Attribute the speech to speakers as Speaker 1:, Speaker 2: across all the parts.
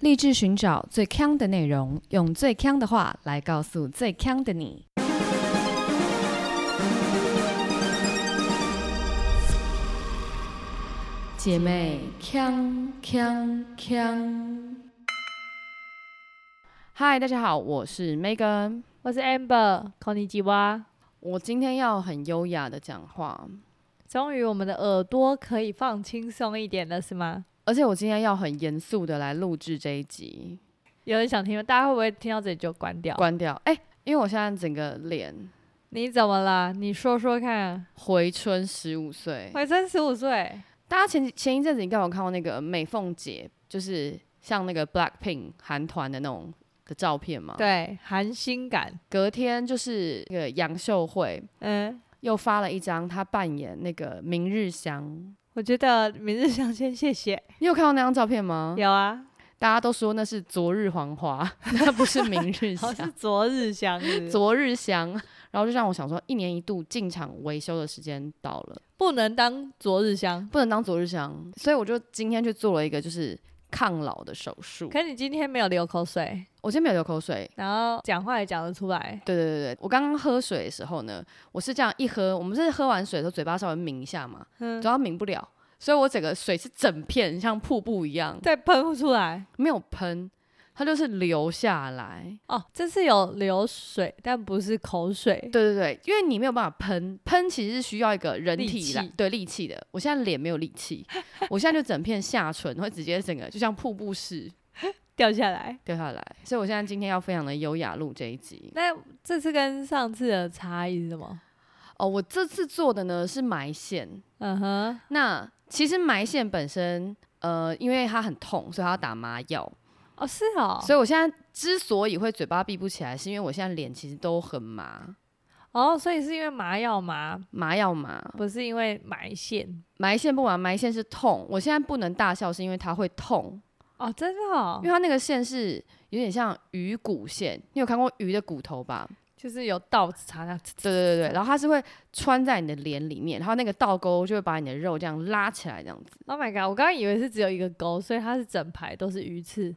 Speaker 1: 立志寻找最强的内容，用最强的话来告诉最强的你。姐妹，强强强！嗨，大家好，我是 Megan。
Speaker 2: 我是 Amber，孔尼吉哇。
Speaker 1: 我今天要很优雅的讲话，
Speaker 2: 终于，我们的耳朵可以放轻松一点了，是吗？
Speaker 1: 而且我今天要很严肃的来录制这一集，
Speaker 2: 有人想听吗？大家会不会听到这里就关掉？
Speaker 1: 关掉。哎、因为我现在整个脸
Speaker 2: 你怎么啦？你说说看。
Speaker 1: 回春十五岁，
Speaker 2: 怀真十五岁，
Speaker 1: 大家前几前一阵子应该有看过那个美凤姐，就是像那个 Blackpink 韩团的那种的照片嘛。。
Speaker 2: 对，寒心感，
Speaker 1: 隔天就是那个杨秀慧
Speaker 2: 嗯，
Speaker 1: 又发了一张她扮演那个明日香，
Speaker 2: 我觉得明日相先，谢谢。
Speaker 1: 你有看到那张照片吗？
Speaker 2: 有啊，
Speaker 1: 大家都说那是昨日黄花， 那不是明日
Speaker 2: 好
Speaker 1: 香，
Speaker 2: 是昨日相日，
Speaker 1: 昨日香。然后就让我想说，一年一度进场维修的时间到了，
Speaker 2: 不能当昨日相。
Speaker 1: 不能当昨日香，所以我就今天去做了一个就是抗老的手术。
Speaker 2: 可你今天没有流口水，
Speaker 1: 我今天没有流口水，
Speaker 2: 然后讲话也讲得出来，
Speaker 1: 对对对对，我刚刚喝水的时候呢，我是这样一喝，我们是喝完水的时候嘴巴稍微抿一下嘛，
Speaker 2: 嗯
Speaker 1: 主要抿不了，所以我整个水是整片像瀑布一样，
Speaker 2: 再喷不出来。
Speaker 1: 没有喷，它就是流下来。
Speaker 2: 哦，这是有流水，但不是口水。
Speaker 1: 对对对，因为你没有办法喷，喷其实是需要一个人
Speaker 2: 力
Speaker 1: 体来
Speaker 2: 气
Speaker 1: 对力气的。我现在脸没有力气，我现在就整片下唇会直接整个就像瀑布式
Speaker 2: 掉下来。
Speaker 1: 掉下来，所以我现在今天要非常的优雅录这一集。
Speaker 2: 那这次跟上次的差异是什么？
Speaker 1: 哦，我这次做的呢是埋线，
Speaker 2: 嗯哼，
Speaker 1: 那其实埋线本身，呃，因为它很痛，所以它要打麻药。
Speaker 2: 哦，是哦，
Speaker 1: 所以我现在之所以会嘴巴闭不起来，是因为我现在脸其实都很麻，
Speaker 2: 哦，所以是因为麻药麻，
Speaker 1: 麻药麻。
Speaker 2: 不是因为埋线
Speaker 1: 埋线不麻，埋线是痛。我现在不能大笑，是因为它会痛，
Speaker 2: 哦，真的哦
Speaker 1: 因为，它那个线是有点像鱼骨线。你有看过鱼的骨头吧？
Speaker 2: 就是有刀子插上，
Speaker 1: 对对对对，然后它是会穿在你的脸里面，然后那个倒钩就会把你的肉这样拉起来，这样子，
Speaker 2: Oh my god！我刚刚以为是只有一个钩，所以它是整排都是鱼刺。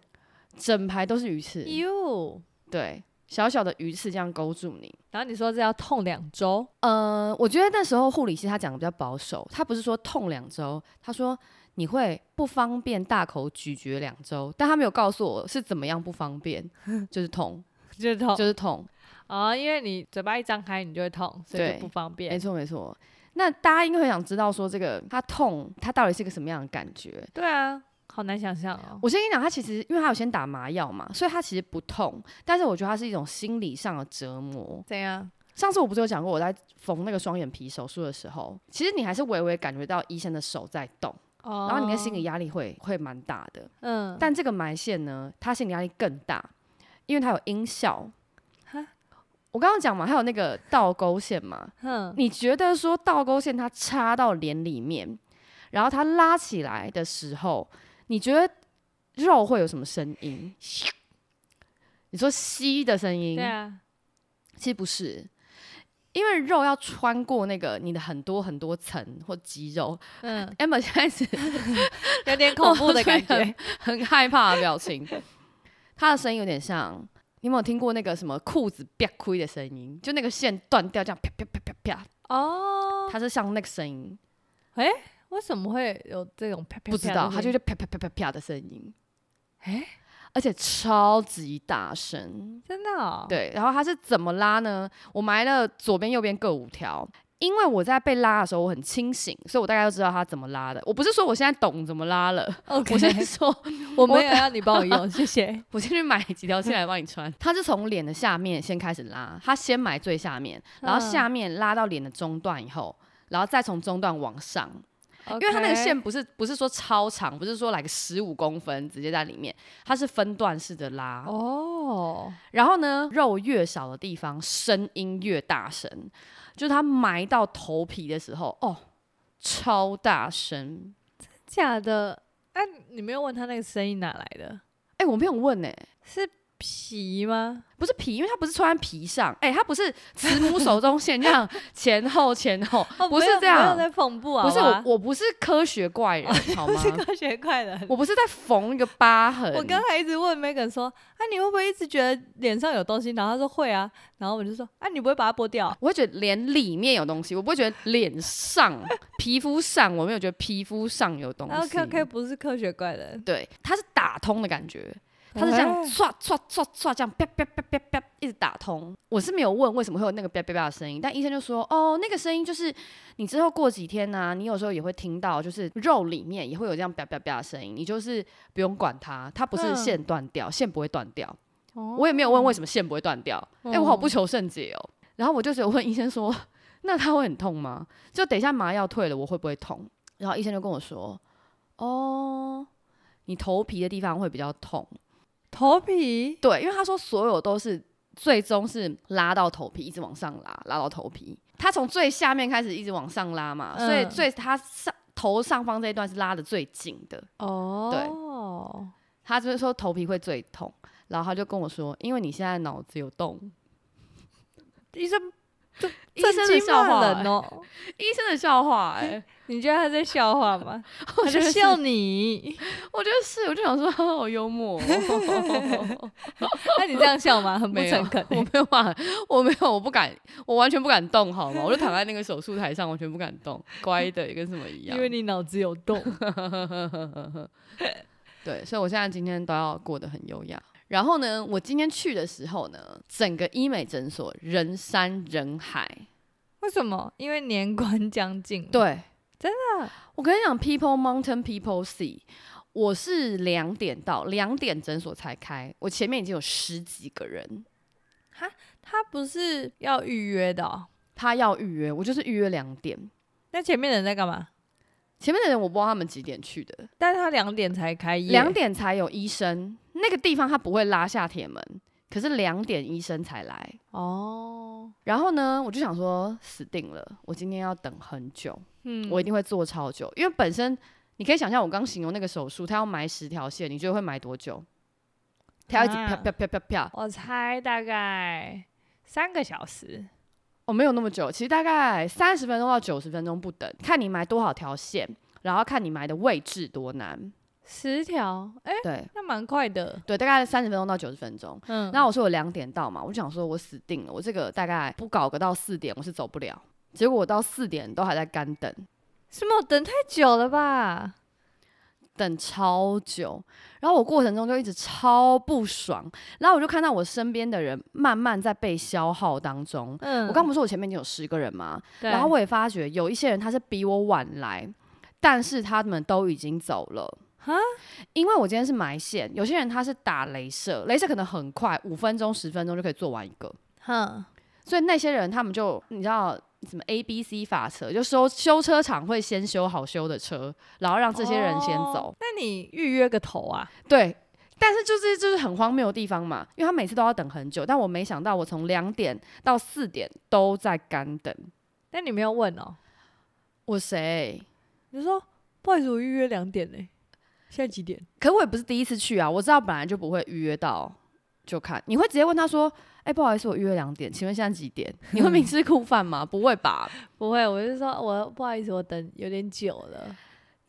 Speaker 1: 整排都是鱼刺，
Speaker 2: 哎哟，
Speaker 1: 对，小小的鱼刺这样勾住你。
Speaker 2: 然后你说这要痛两周，
Speaker 1: 呃，我觉得那时候护理师他讲的比较保守，他不是说痛两周，他说你会不方便大口咀嚼两周，但他没有告诉我是怎么样不方便，就是痛，
Speaker 2: 就是痛
Speaker 1: 就是痛，
Speaker 2: 啊、哦，因为你嘴巴一张开，你就会痛，所以
Speaker 1: 对
Speaker 2: 就不方
Speaker 1: 没
Speaker 2: 便。
Speaker 1: 错没错。那大家应该会想知道说这个他痛，他到底是个什么样的感觉？
Speaker 2: 对啊，好难想象哦。
Speaker 1: 我先跟你讲，他其实因为他有先打麻药嘛，所以他其实不痛，但是我觉得它是一种心理上的折磨。
Speaker 2: 怎样？
Speaker 1: 上次我不是有讲过，我在缝那个双眼皮手术的时候，其实你还是微微感觉到医生的手在动。
Speaker 2: 哦，
Speaker 1: 然后你的心理压力会会蛮大的。
Speaker 2: 嗯，
Speaker 1: 但这个埋线呢，它心理压力更大，因为它有音效
Speaker 2: 哈。
Speaker 1: 我刚刚讲嘛，还有那个倒钩线嘛，
Speaker 2: 哼，
Speaker 1: 你觉得说倒钩线它插到脸里面，然后它拉起来的时候，你觉得肉会有什么声音？你说吸的声音？
Speaker 2: 对啊，
Speaker 1: 其实不是，因为肉要穿过那个你的很多很多层或肌肉。
Speaker 2: 嗯。
Speaker 1: Amber 现在是
Speaker 2: 有点 恐怖的感
Speaker 1: 我觉
Speaker 2: 觉。
Speaker 1: 很害怕的表情。他的声音有点像，你有没有听过那个什么裤子啪亏的声音？就那个线断掉，这样啪啪啪啪啪，
Speaker 2: 哦，
Speaker 1: 他是像那个声音，
Speaker 2: 为什么会有这种啪啪啪的声
Speaker 1: 不知
Speaker 2: 音？
Speaker 1: 道，他就是啪啪啪啪啪的声音，
Speaker 2: 哎，
Speaker 1: 而且超级大声。
Speaker 2: 真的哦，，
Speaker 1: 对，然后他是怎么拉呢？我埋了左边、右边各五条。因为我在被拉的时候我很清醒，所以我大概就知道他怎么拉的。我不是说我现在懂怎么拉了
Speaker 2: OK，
Speaker 1: 我 先说
Speaker 2: 我没有要你帮我用，谢 谢。
Speaker 1: 我先去买几条线来帮你穿。 他是从脸的下面先开始拉，他先买最下面，然后下面拉到脸的中段以后，然后再从中段往上。因为他那个
Speaker 2: OK
Speaker 1: 线不是不是说超长，不是说来个十五公分直接在里面，它是分段式的拉。
Speaker 2: 哦，
Speaker 1: 然后呢，肉越少的地方声音越大声，就是它埋到头皮的时候，哦，超大声。
Speaker 2: 啊假的。那你没有问他那个声音哪来的？
Speaker 1: 哎、我没有问哎、
Speaker 2: 是皮吗？
Speaker 1: 不是皮，因为它不是穿在皮上，哎、它不是慈母手中线这样前后前 后，
Speaker 2: 哦
Speaker 1: 不是
Speaker 2: 没有
Speaker 1: 这
Speaker 2: 没
Speaker 1: 样
Speaker 2: 有，在缝布啊，
Speaker 1: 不是我，我不是科学怪 人，好
Speaker 2: 不
Speaker 1: 吗
Speaker 2: 是？科学怪人。
Speaker 1: 我不是在缝一个疤痕，
Speaker 2: 我刚才一直问 Megan 说：“啊，你会不会一直觉得脸上有东西？”然后他说：“会啊。”然后我就说：“啊，你不会把它剥掉
Speaker 1: 我会觉得脸里面有东西，我不会觉得脸上、皮肤上，我没有觉得皮肤上有东
Speaker 2: 然后
Speaker 1: 西。
Speaker 2: K K 啊不是科学怪人，
Speaker 1: 对，它是打通的感觉，它是这
Speaker 2: 哎
Speaker 1: 样唰唰唰唰这样啪啪啪啪啪一直打通。我是没有问为什么会有那个啪啪啪的声音，但医生就说哦，那个声音就是你之后过几天呢、你有时候也会听到，就是肉里面也会有这样啪啪啪的声音，你就是不用管它，它不是
Speaker 2: 嗯
Speaker 1: 线断掉，线不会断掉。
Speaker 2: 哦
Speaker 1: 我也没有问为什么线不会断掉，哎、我好不求甚解哦。然后我就只有问医生说，那他会很痛吗？就等一下麻药退了，我会不会痛？然后医生就跟我说，哦，你头皮的地方会比较痛，
Speaker 2: 头皮
Speaker 1: 对，因为他说所有都是最终是拉到头皮，一直往上拉，拉到头皮。他从最下面开始一直往上拉嘛，所以
Speaker 2: 嗯
Speaker 1: 最他上头上方这一段是拉的最紧的，
Speaker 2: 哦，
Speaker 1: 他就是说头皮会最痛，然后他就跟我说，因为你现在脑子有洞。
Speaker 2: 对，医生
Speaker 1: 医生的笑话、欸
Speaker 2: 人哦。
Speaker 1: 医生的笑话、哎，
Speaker 2: 你觉得他在笑话 吗？
Speaker 1: 我
Speaker 2: 他
Speaker 1: 觉得
Speaker 2: 在
Speaker 1: 是，
Speaker 2: 笑你，
Speaker 1: 我觉得是，我就想说，好幽默、哦，
Speaker 2: 那你这样笑 吗？很不
Speaker 1: 没有
Speaker 2: 诚恳
Speaker 1: 我没有办法，我没有，我不敢，我完全不敢动，好吗？我就躺在那个手术台上，完全不敢动，乖的也跟什么一样。
Speaker 2: 因为你脑子有洞。
Speaker 1: 对，所以我现在今天都要过得很优雅。然后呢，我今天去的时候呢，整个医美诊所人山人海，
Speaker 2: 为什么？因为年关将近。，
Speaker 1: 对，
Speaker 2: 真
Speaker 1: 的。我跟你讲，People Mountain People Sea，我是两点到，两点诊所才开，我前面已经有十几个人，
Speaker 2: 他不是要预约的、哦。
Speaker 1: 他要预约，我就是预约两点。
Speaker 2: 那前面的人在干嘛？
Speaker 1: 前面的人我不知道他们几点去的，
Speaker 2: 但是他两点才开业。
Speaker 1: 两点才有医生，那个地方他不会拉下铁门，可是两点医生才来。
Speaker 2: 哦，
Speaker 1: 然后呢，我就想说死定了，我今天要等很久，
Speaker 2: 嗯
Speaker 1: 我一定会做超久，因为本身你可以想象我刚形容那个手术，他要埋十条线，你觉得会埋多久？他要一直啪
Speaker 2: 啊
Speaker 1: 啪啪啪啪，
Speaker 2: 我猜大概三个小时。
Speaker 1: 哦，没有那么久，其实大概三十分钟到九十分钟不等，看你埋多少条线，然后看你埋的位置多难。
Speaker 2: 十条，哎、
Speaker 1: 对
Speaker 2: 那蛮快的。
Speaker 1: 对，大概三十分钟到九十分钟。
Speaker 2: 嗯，
Speaker 1: 那我说我两点到嘛，我就想说我死定了，我这个大概不搞个到四点我是走不了。结果我到四点都还在干等，
Speaker 2: 什么等太久了吧？
Speaker 1: 等超久，然后我过程中就一直超不爽，然后我就看到我身边的人慢慢在被消耗当中。
Speaker 2: 嗯，
Speaker 1: 我刚不是说我前面已经有十个人吗？
Speaker 2: 对，
Speaker 1: 然后我也发觉有一些人他是比我晚来，但是他们都已经走了。
Speaker 2: 哈，
Speaker 1: 因为我今天是埋线，有些人他是打镭射，镭射可能很快，五分钟、十分钟就可以做完一个，
Speaker 2: 哼，
Speaker 1: 所以那些人他们就你知道什么 A B C 法则，就修修车厂会先修好修的车，然后让这些人先
Speaker 2: 哦
Speaker 1: 走。
Speaker 2: 那你预约个头啊？
Speaker 1: 对，但是就是就是很荒谬的地方嘛，因为他每次都要等很久，但我没想到我从两点到四点都在干等。
Speaker 2: 那你没有问哦？
Speaker 1: 我谁？
Speaker 2: 你就说不好意思，我预约两点呢、现在几点？
Speaker 1: 可我也不是第一次去啊，我知道本来就不会预约到就看，你会直接问他说：“哎、不好意思，我预约两点，请问现在几点？”你 会明知故犯吗？不会 吧？
Speaker 2: 不会，我就说我不好意思，我等有点久了。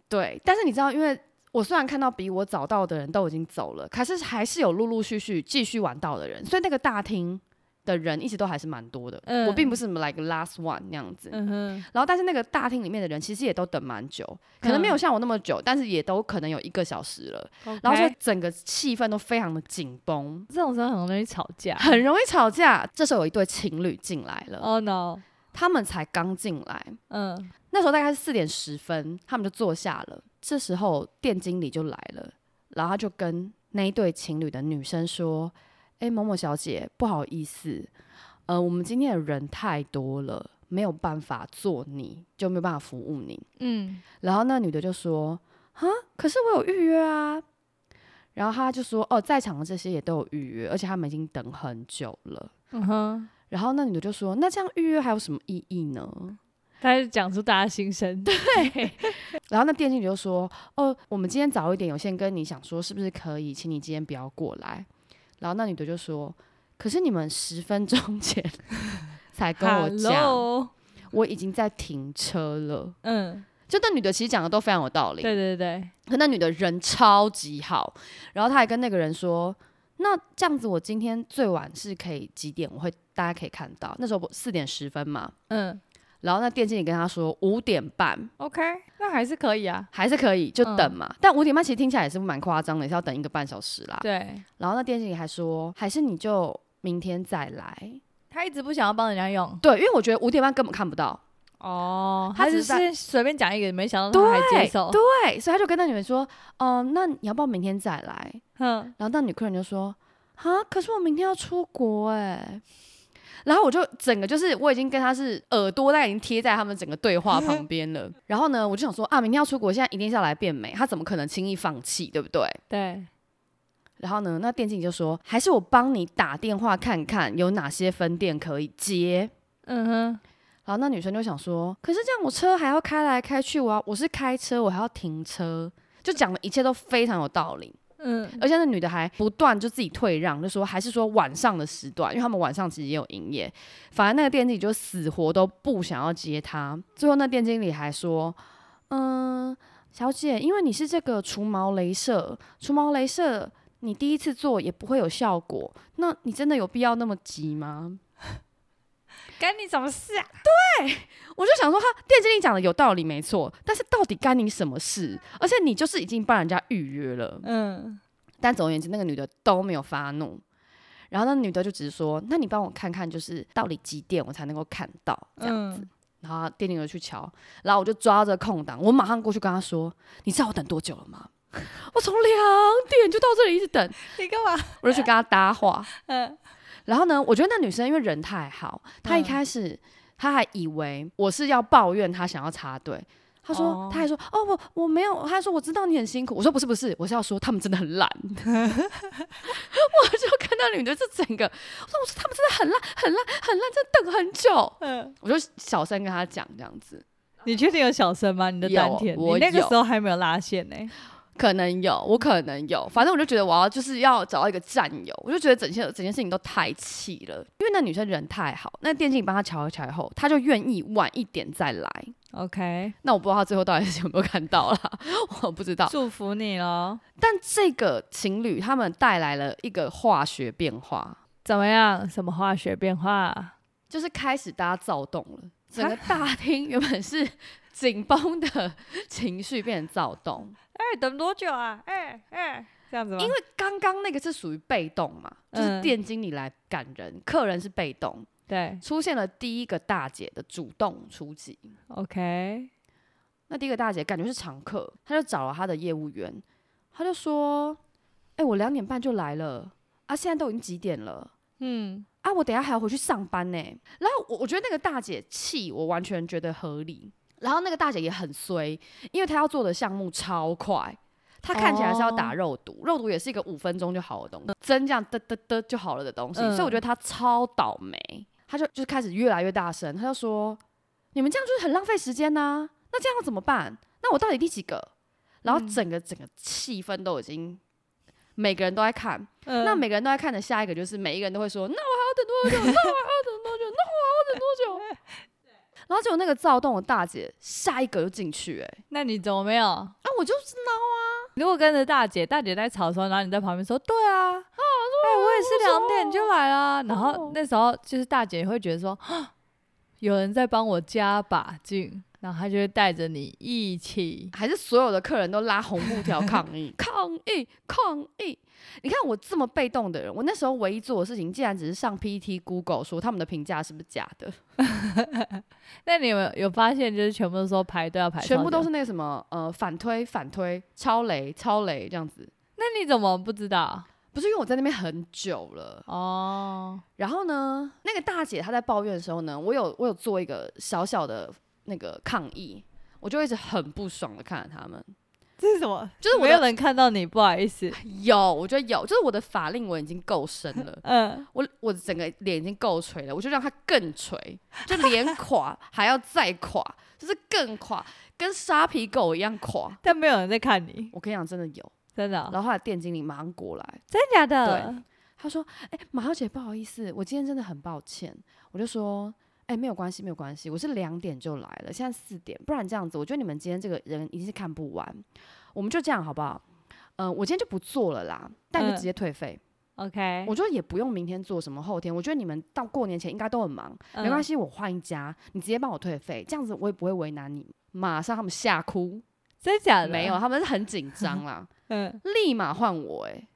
Speaker 1: 对，但是你知道，因为我虽然看到比我早到的人都已经走了，可是还是有陆陆续续继续晚到的人，所以那个大厅的人一直都还是蛮多的。
Speaker 2: 嗯
Speaker 1: 我并不是 like last one 那样子，
Speaker 2: 嗯哼，
Speaker 1: 然后，但是那个大厅里面的人其实也都等蛮久，可能没有像我那么久，但是也都可能有一个小时了。然后就
Speaker 2: OK
Speaker 1: 整个气氛都非常的紧绷，
Speaker 2: 这种时候很容易吵架。
Speaker 1: 很容易吵架。这时候有一对情侣进来了，
Speaker 2: Oh no，
Speaker 1: 他们才刚进来，
Speaker 2: 嗯，
Speaker 1: 那时候大概是四点十分，他们就坐下了。这时候店经理就来了，然后他就跟那一对情侣的女生说：“哎、某某小姐，不好意思，呃，我们今天的人太多了，没有办法做你，就没有办法服务你。”
Speaker 2: 嗯，
Speaker 1: 然后那女的就说：“啊，可是我有预约啊。”然后他就说：“哦，在场的这些也都有预约，而且他们已经等很久了。
Speaker 2: 嗯哼，”
Speaker 1: 然后那女的就说：“那这样预约还有什么意义呢
Speaker 2: 他就讲出大家心声。对，？”
Speaker 1: 然后那店经理就说：“哦，我们今天早一点有先跟你想说，是不是可以，请你今天不要过来。”然后那女的就说：“可是你们十分钟前才跟我讲，
Speaker 2: Hello，
Speaker 1: 我已经在停车了。
Speaker 2: 嗯，”
Speaker 1: 就那女的其实讲的都非常有道理，
Speaker 2: 对对对，
Speaker 1: 可那女的人超级好，然后她还跟那个人说：“那这样子，我今天最晚是可以几点？我会大家可以看到，那时候四点十分嘛。
Speaker 2: 嗯
Speaker 1: 然后那店经理跟她说五点半
Speaker 2: ，OK，那还是可以啊，
Speaker 1: 还是可以，就
Speaker 2: 嗯
Speaker 1: 等嘛。但五点半其实听起来也是蛮夸张的，也是要等一个半小时啦。
Speaker 2: 对
Speaker 1: 然后那店经理还说，还是你就明天再来。
Speaker 2: 他一直不想要帮人家用，
Speaker 1: 对，因为我觉得五点半根本看不到。
Speaker 2: 哦，
Speaker 1: 他
Speaker 2: 他
Speaker 1: 只
Speaker 2: 只
Speaker 1: 是在
Speaker 2: 是随便讲一个，没想到他还接受，
Speaker 1: 对，所以他就跟那女人说，嗯、那你要不要明天再来？
Speaker 2: 嗯，
Speaker 1: 然后那女客人就说：“啊，可是我明天要出国哎、然后我就整个就是我已经跟他是耳朵带已经贴在他们整个对话旁边了。然后呢，我就想说啊，明天要出国，现在一定是要来变美，他怎么可能轻易放弃，对不对？
Speaker 2: 对，
Speaker 1: 然后呢，那店经理就说：“还是我帮你打电话看看有哪些分店可以接。
Speaker 2: 嗯哼，”
Speaker 1: 然后那女生就想说：“可是这样我车还要开来开去，我要我是开车，我还要停车。”就讲的一切都非常有道理。
Speaker 2: 嗯
Speaker 1: 而且那女的还不断就自己退让，就说还是说晚上的时段，因为他们晚上其实也有营业。反正那个店经理就死活都不想要接她。最后那店经理还说：“嗯，小姐，因为你是这个除毛镭射，除毛镭射你第一次做也不会有效果，那你真的有必要那么急吗？”
Speaker 2: 干你什么事啊？
Speaker 1: 我就想说，他店经理讲的有道理，没错，但是到底干你什么事？而且你就是已经帮人家预约了，
Speaker 2: 嗯，
Speaker 1: 但总而言之，那个女的都没有发怒。然后那女的就只是说：“那你帮我看看，就是到底几点我才能够看到这样。
Speaker 2: 样子，
Speaker 1: 然后店里就去瞧，然后我就抓着空档，我马上过去跟她说：“你知道我等多久了吗？我从两点就到这里一直等。
Speaker 2: 你干嘛？”
Speaker 1: 我就去跟她搭话。
Speaker 2: 嗯
Speaker 1: 然后呢，我觉得那女生因为人太好，她一
Speaker 2: 嗯
Speaker 1: 开始她还以为我是要抱怨她想要插队。她说，
Speaker 2: 哦
Speaker 1: 她还说，哦，我我没有，她还说我知道你很辛苦。我说不是不是，我是要说他们真的很懒。 我就看到女的这整个，我说我说他们真的很烂很烂很烂，真的等很久。
Speaker 2: 嗯，
Speaker 1: 我就小声跟她讲这样子，
Speaker 2: 你确定有小声吗？你的
Speaker 1: 有
Speaker 2: 丹田，
Speaker 1: 我
Speaker 2: 你那个
Speaker 1: 有
Speaker 2: 时候还没有拉线呢。
Speaker 1: 可能有，我可能有，反正我就觉得我要就是要找到一个战友，我就觉得整件整件事情都太气了，因为那女生人太好，那电竞帮她瞧一瞧以后，她就愿意晚一点再来。
Speaker 2: OK，
Speaker 1: 那我不知道她最后到底是有没有看到啦， 我不知道。
Speaker 2: 祝福你喽。
Speaker 1: 但这个情侣他们带来了一个化学变化，
Speaker 2: 怎么样？什么化学变化？
Speaker 1: 就是开始大家躁动了，整个大厅原本是紧绷的情绪变成躁动。
Speaker 2: 哎、等多久啊？哎、哎、这样子吗？
Speaker 1: 因为刚刚那个是属于被动嘛，就是
Speaker 2: 嗯
Speaker 1: 店经理来赶人，客人是被动，
Speaker 2: 对
Speaker 1: 出现了第一个大姐的主动出击。
Speaker 2: ，OK，
Speaker 1: 那第一个大姐感觉是常客，她就找了她的业务员，她就说：“哎、我两点半就来了啊，现在都已经几点了
Speaker 2: 嗯，
Speaker 1: 啊？我等一下还要回去上班呢。”然后我我觉得那个大姐气，我完全觉得合理。然后那个大姐也很衰，因为她要做的项目超快。她看起来是要打
Speaker 2: 哦
Speaker 1: 肉毒肉毒也是一个五分钟就好的东西，针这样嘚嘚嘚就好了的东西，
Speaker 2: 嗯
Speaker 1: 所以我觉得她超倒霉。她就就开始越来越大声，她就说：“你们这样就是很浪费时间呐、那这样要怎么办？那我到底第几个？然后
Speaker 2: 嗯
Speaker 1: 整个、整个气氛都已经，每个人都在看，
Speaker 2: 嗯
Speaker 1: 那每个人都在看的下一个就是每一个人都会说，那我还要等多久？那我还要等多久？那我还要等多久？然后结果那个躁动的大姐下一个就进去、欸，哎，
Speaker 2: 那你怎么没有？
Speaker 1: 啊，我就是
Speaker 2: 如果跟着大姐，大姐在吵的时候，然后你在旁边说：“对啊，啊，哎、我也是两点就来啦。”然
Speaker 1: 哦
Speaker 2: 后那时候就是大姐会觉得说：“啊有人在帮我加把劲。”然后她就会带着你一起，
Speaker 1: 还是所有的客人都拉红布条抗议， 抗议，抗议。你看我这么被动的人，我那时候唯一做的事情，竟然只是上 PT、Google 说他们的评价是不是假的，
Speaker 2: 那你有没有有发现，就是全部都说排队要排，
Speaker 1: 全部都是。那个什么呃反推、反推、超雷、超雷这样子。
Speaker 2: 那你怎么不知道？
Speaker 1: 不是因为我在那边很久了，
Speaker 2: 哦，
Speaker 1: 然后呢，那个大姐她在抱怨的时候呢，我有我有做一个小小的那个抗议，我就一直很不爽的看着他们。
Speaker 2: 这是什么？
Speaker 1: 就是我
Speaker 2: 没有
Speaker 1: 的
Speaker 2: 人看到你，不好意 思。
Speaker 1: 有，我觉得有，就是我的法令纹已经够深了，
Speaker 2: 嗯，
Speaker 1: 我我整个脸已经够垂了，我就让它更垂，就 脸垮还要再垮，就是更垮，跟沙皮狗一样垮。
Speaker 2: 但没有人在看你，
Speaker 1: 我跟你讲，真的有。
Speaker 2: 真的哦、
Speaker 1: 然后后来店经理马上过来，
Speaker 2: 真的假
Speaker 1: 对
Speaker 2: 的？
Speaker 1: 他说：“哎、马小姐，不好意思，我今天真的很抱歉。”我就说：“哎、没有关系，没有关系，我是两点就来了，现在四点，不然这样子，我觉得你们今天这个人一定是看不完，我们就这样好不好？嗯、我今天就不做了啦，但就
Speaker 2: 嗯哎
Speaker 1: 直接退费。
Speaker 2: OK，
Speaker 1: 我觉得也不用明天做什么，后天，我觉得你们到过年前应该都很忙，没关
Speaker 2: 系。
Speaker 1: 系，我换一家，你直接帮我退费，这样子我也不会为难你。”马上他们吓哭，
Speaker 2: 真假的？
Speaker 1: 没有，，他们是很紧张 啦，
Speaker 2: 嗯，
Speaker 1: 立马换我、哎。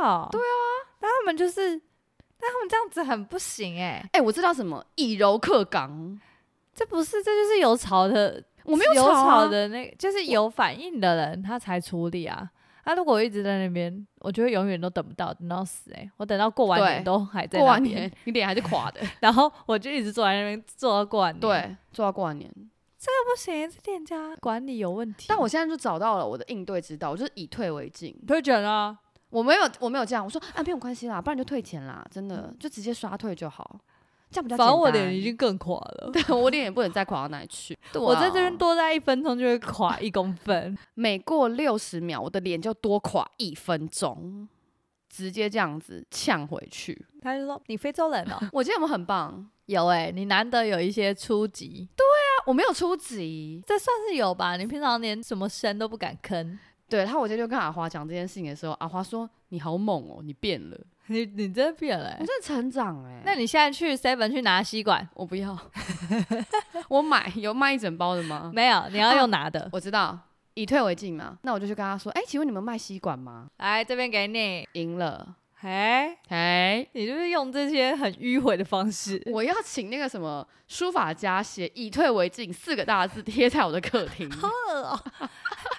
Speaker 2: 哦，对啊，但他们就是，但他们这样子很不行哎、
Speaker 1: 哎、我知道什么以柔克刚，
Speaker 2: 这不是，这就是有吵的，
Speaker 1: 我没有
Speaker 2: 有
Speaker 1: 吵啊
Speaker 2: 吵的那，就是有反应的人他才处理啊。他、如果我一直在那边，我觉得永远都等不到，等到死哎、我等到过完年
Speaker 1: 对
Speaker 2: 都还在
Speaker 1: 过
Speaker 2: 那
Speaker 1: 完
Speaker 2: 边
Speaker 1: 年，你脸还是垮的，
Speaker 2: 然后我就一直坐在那边坐到过完 年。，啊
Speaker 1: 对，做到过 完年。
Speaker 2: 不行，这店家管理有问题。
Speaker 1: 但我现在就找到了我的应对之道，我就是以退为进。
Speaker 2: 推荐啊，
Speaker 1: 我没有，我没有这样，我说啊，没有关系啦，不然就退钱啦，真的就直接刷退就好，这样比较简
Speaker 2: 反
Speaker 1: 单。
Speaker 2: 正我脸已经更垮了。
Speaker 1: 对 我脸也不能再垮到哪里去。 对
Speaker 2: 我在这边
Speaker 1: 啊
Speaker 2: 多待一分钟就会垮一 公分，
Speaker 1: 每过六十秒，我的脸就多垮一分钟，直接这样子呛回去。
Speaker 2: 他就说你非洲人哦、
Speaker 1: 我今天有没有很棒？
Speaker 2: 有哎、你难得有一些初级，
Speaker 1: 啊，我没有出级。
Speaker 2: 这算是有吧？你平常连什么神都不敢坑，
Speaker 1: 对他，我今天就跟阿花讲这件事情的时候，阿花说：“你好猛哦、你变了。”
Speaker 2: 你你真的变了、
Speaker 1: 我
Speaker 2: 欸。
Speaker 1: 真的成长哎、
Speaker 2: 那你现在去 seven 去拿吸管
Speaker 1: 我不要， 我买有卖一整包的吗？
Speaker 2: 没有？你要用拿的，
Speaker 1: 我知道，以退为进嘛。那我就去跟他说，哎、请问你们卖吸管吗？
Speaker 2: 来这边给你。
Speaker 1: 赢了，
Speaker 2: 哎，
Speaker 1: 哎，
Speaker 2: 你就是用这些很迂回的方式，
Speaker 1: 我要请那个什么书法家写“以退为进”四个大字贴在我的客 厅。
Speaker 2: 饿哦。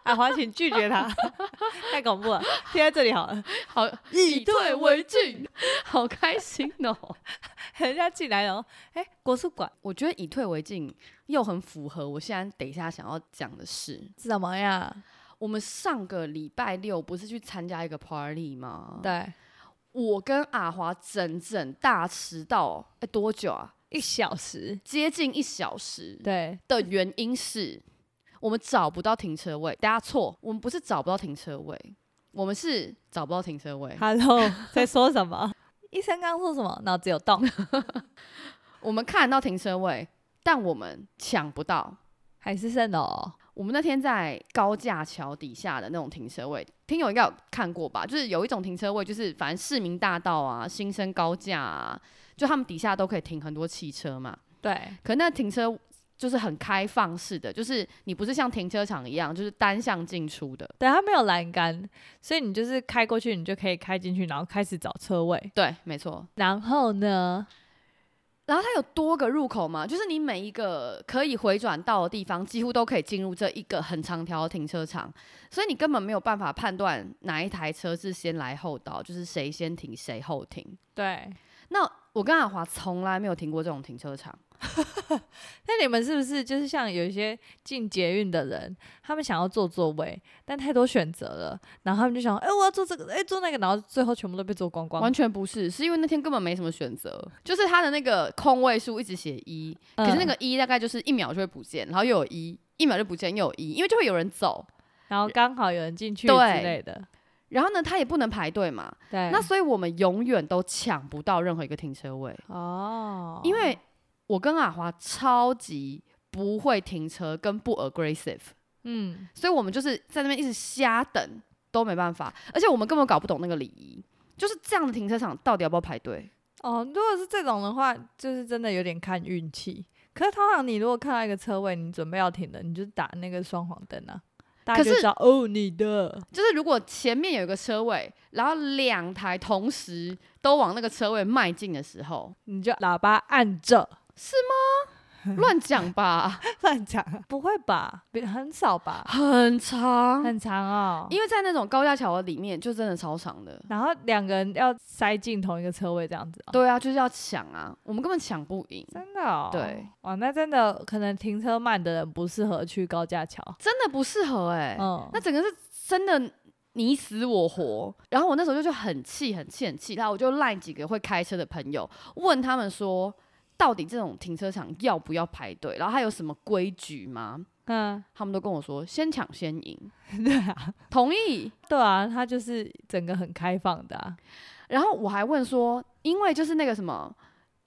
Speaker 2: 阿华，请拒绝他， 太恐怖了，贴在这里好了。
Speaker 1: 好，以退为进，好开心哦、
Speaker 2: 人家进来然后，哎、国术馆
Speaker 1: 我觉得以退为进又很符合我现在等一下想要讲的事。
Speaker 2: 怎么样？
Speaker 1: 我们上个礼拜六不是去参加一个 party 吗？
Speaker 2: 对，
Speaker 1: 我跟阿华整整大迟到，哎、多久啊？
Speaker 2: 一小时，
Speaker 1: 接近一小时
Speaker 2: 对，
Speaker 1: 的原因是，我们找不到停车位。大家错，我们不是找不到停车位，我们是找不到停车位。
Speaker 2: Hello，在说什么？医生刚刚说什么？脑子有洞，
Speaker 1: 我们看得到停车位，但我们抢不到。
Speaker 2: 还是剩的哦。
Speaker 1: 我们那天在高架桥底下的那种停车位，听友应该有看过吧？就是有一种停车位，就是反正市民大道啊、新生高架啊，就他们底下都可以停很多汽车嘛。
Speaker 2: 对，
Speaker 1: 可那停车就是很开放式的，就是你不是像停车场一样，就是单向进出的。
Speaker 2: 对，它没有栏杆，所以你就是开过去，你就可以开进去，然后开始找车位。
Speaker 1: 对，没错。
Speaker 2: 然后呢？
Speaker 1: 然后它有多个入口嘛，就是你每一个可以回转到的地方，几乎都可以进入这一个很长条的停车场，所以你根本没有办法判断哪一台车是先来后到，就是谁先停谁后停。
Speaker 2: 对，
Speaker 1: 那我跟阿华从来没有停过这种停车场，
Speaker 2: 那你们是不是就是像有一些进捷运的人，他们想要坐座位，但太多选择了，然后他们就想，哎、我要坐这个，哎、坐那个，然后最后全部都被坐光光。
Speaker 1: 完全不是，是因为那天根本没什么选择，就是它的那个空位数一直写一，可是那
Speaker 2: 嗯
Speaker 1: 个一大概就是一秒就会不见，然后又有一，一秒就不见又有一，因为就会有人走，
Speaker 2: 然后刚好有人进去之
Speaker 1: 对
Speaker 2: 类的。
Speaker 1: 然后呢，他也不能排队嘛，
Speaker 2: 对，
Speaker 1: 那所以我们永远都抢不到任何一个停车位，
Speaker 2: 哦，
Speaker 1: 因为我跟阿华超级不会停车，跟不 aggressive，
Speaker 2: 嗯，
Speaker 1: 所以我们就是在那边一直瞎等，都没办法，而且我们根本搞不懂那个礼仪，就是这样的停车场到底要不要排队？
Speaker 2: 哦，如果是这种的话，就是真的有点看运气。可是通常你如果看到一个车位，你准备要停了，你就打那个双黄灯啊，大家
Speaker 1: 可
Speaker 2: 就是知道哦你的。
Speaker 1: 就是如果前面有一个车位，然后两台同时都往那个车位迈进的时 候，
Speaker 2: 你就喇叭 按着，
Speaker 1: 乱讲吧，
Speaker 2: 乱讲啊，不会吧？比很少吧？
Speaker 1: 很长，
Speaker 2: 很长哦。
Speaker 1: 因为在那种高架桥的里面，就真的超长的。
Speaker 2: 然后两个人要塞进同一个车位这样子、哦，
Speaker 1: 对啊，就是要抢啊，我们根本抢不赢，
Speaker 2: 真的哦。
Speaker 1: 对，
Speaker 2: 哇，那真的可能停车慢的人不适合去高架桥。
Speaker 1: 真的不适合哎、
Speaker 2: 嗯，
Speaker 1: 那整个是真的你死我活。然后我那时候就就很气，很气，很气。然后我就赖几个会开车的朋友，问他们说，到底这种停车场要不要排队？然后还有什么规矩吗？
Speaker 2: 嗯，
Speaker 1: 他们都跟我说先抢先赢，
Speaker 2: 对啊，
Speaker 1: 同意。
Speaker 2: 对啊，它就是整个很开放的、啊，
Speaker 1: 然后我还问说，因为就是那个什么，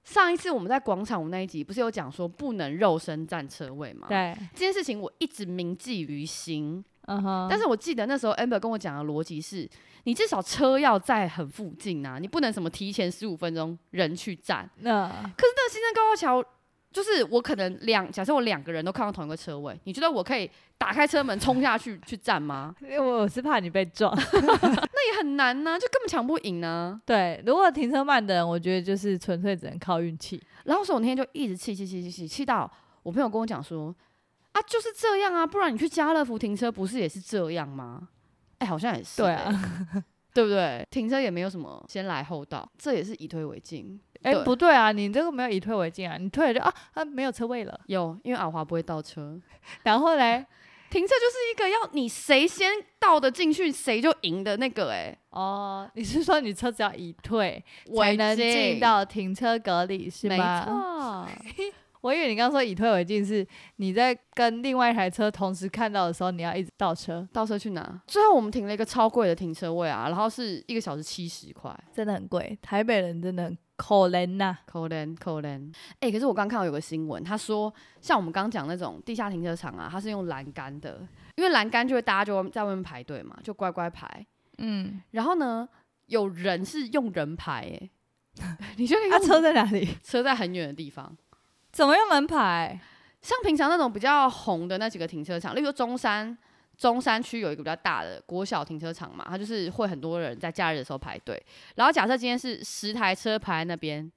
Speaker 1: 上一次我们在广场舞那一集不是有讲说不能肉身占车位吗？
Speaker 2: 对，
Speaker 1: 这件事情我一直铭记于心，
Speaker 2: 嗯哼，
Speaker 1: 但是我记得那时候 Amber 跟我讲的逻辑是，你至少车要在很附近啊，你不能什么提前十五分钟人去站。
Speaker 2: 那
Speaker 1: 可是那个新生高架桥，就是我可能两，假设我两个人都看到同一个车位，你觉得我可以打开车门冲下去去站吗？
Speaker 2: 我是怕你被撞。
Speaker 1: 那也很难呢、啊就根本抢不赢啊呢、
Speaker 2: 对，如果停车慢的人，我觉得就是纯粹只能靠运气。
Speaker 1: 然后所以我那天就一直气气气气气气到我朋友跟我讲说，啊就是这样啊，不然你去家乐福停车不是也是这样吗？哎、好像也是、
Speaker 2: 对
Speaker 1: 哎
Speaker 2: 啊，
Speaker 1: 对不对？停车也没有什么先来后到，这也是以退为进。
Speaker 2: 哎、
Speaker 1: 对
Speaker 2: 不对啊，你这个没有以退为进啊，你退了就啊啊没有车位了，
Speaker 1: 有，因为阿华不会倒车，
Speaker 2: 然后嘞，
Speaker 1: 停车就是一个要你谁先倒的进去，谁就赢的那个、欸。
Speaker 2: 哦，你是说你车子要以退
Speaker 1: 我
Speaker 2: 才能进，到停车格里是
Speaker 1: 没
Speaker 2: 吗？
Speaker 1: 错。
Speaker 2: 我以为你刚刚说以退为进是你在跟另外一台车同时看到的时候，你要一直倒车，
Speaker 1: 倒车去哪？最后我们停了一个超贵的停车位啊，然后是一个小时七十块，
Speaker 2: 真的很贵，台北人真的很可怜呐、
Speaker 1: 扣零扣零。哎、可是我刚看到有个新闻，他说像我们刚讲那种地下停车场啊，它是用栏杆的，因为栏杆就会大家就会在外面排队嘛，就乖乖排。
Speaker 2: 嗯，
Speaker 1: 然后呢，有人是用人排、欸， 你觉得
Speaker 2: 他、
Speaker 1: 用
Speaker 2: 啊车在哪里？
Speaker 1: 车在很远的地方？
Speaker 2: 哎 怎么用门牌？
Speaker 1: 像平常那种比较红的那几个停车场，例如说中山，中山区有一个比较大的国小停车场嘛，它就是会很多人在假日的时候排队。然后假设今天是十台车排在那边，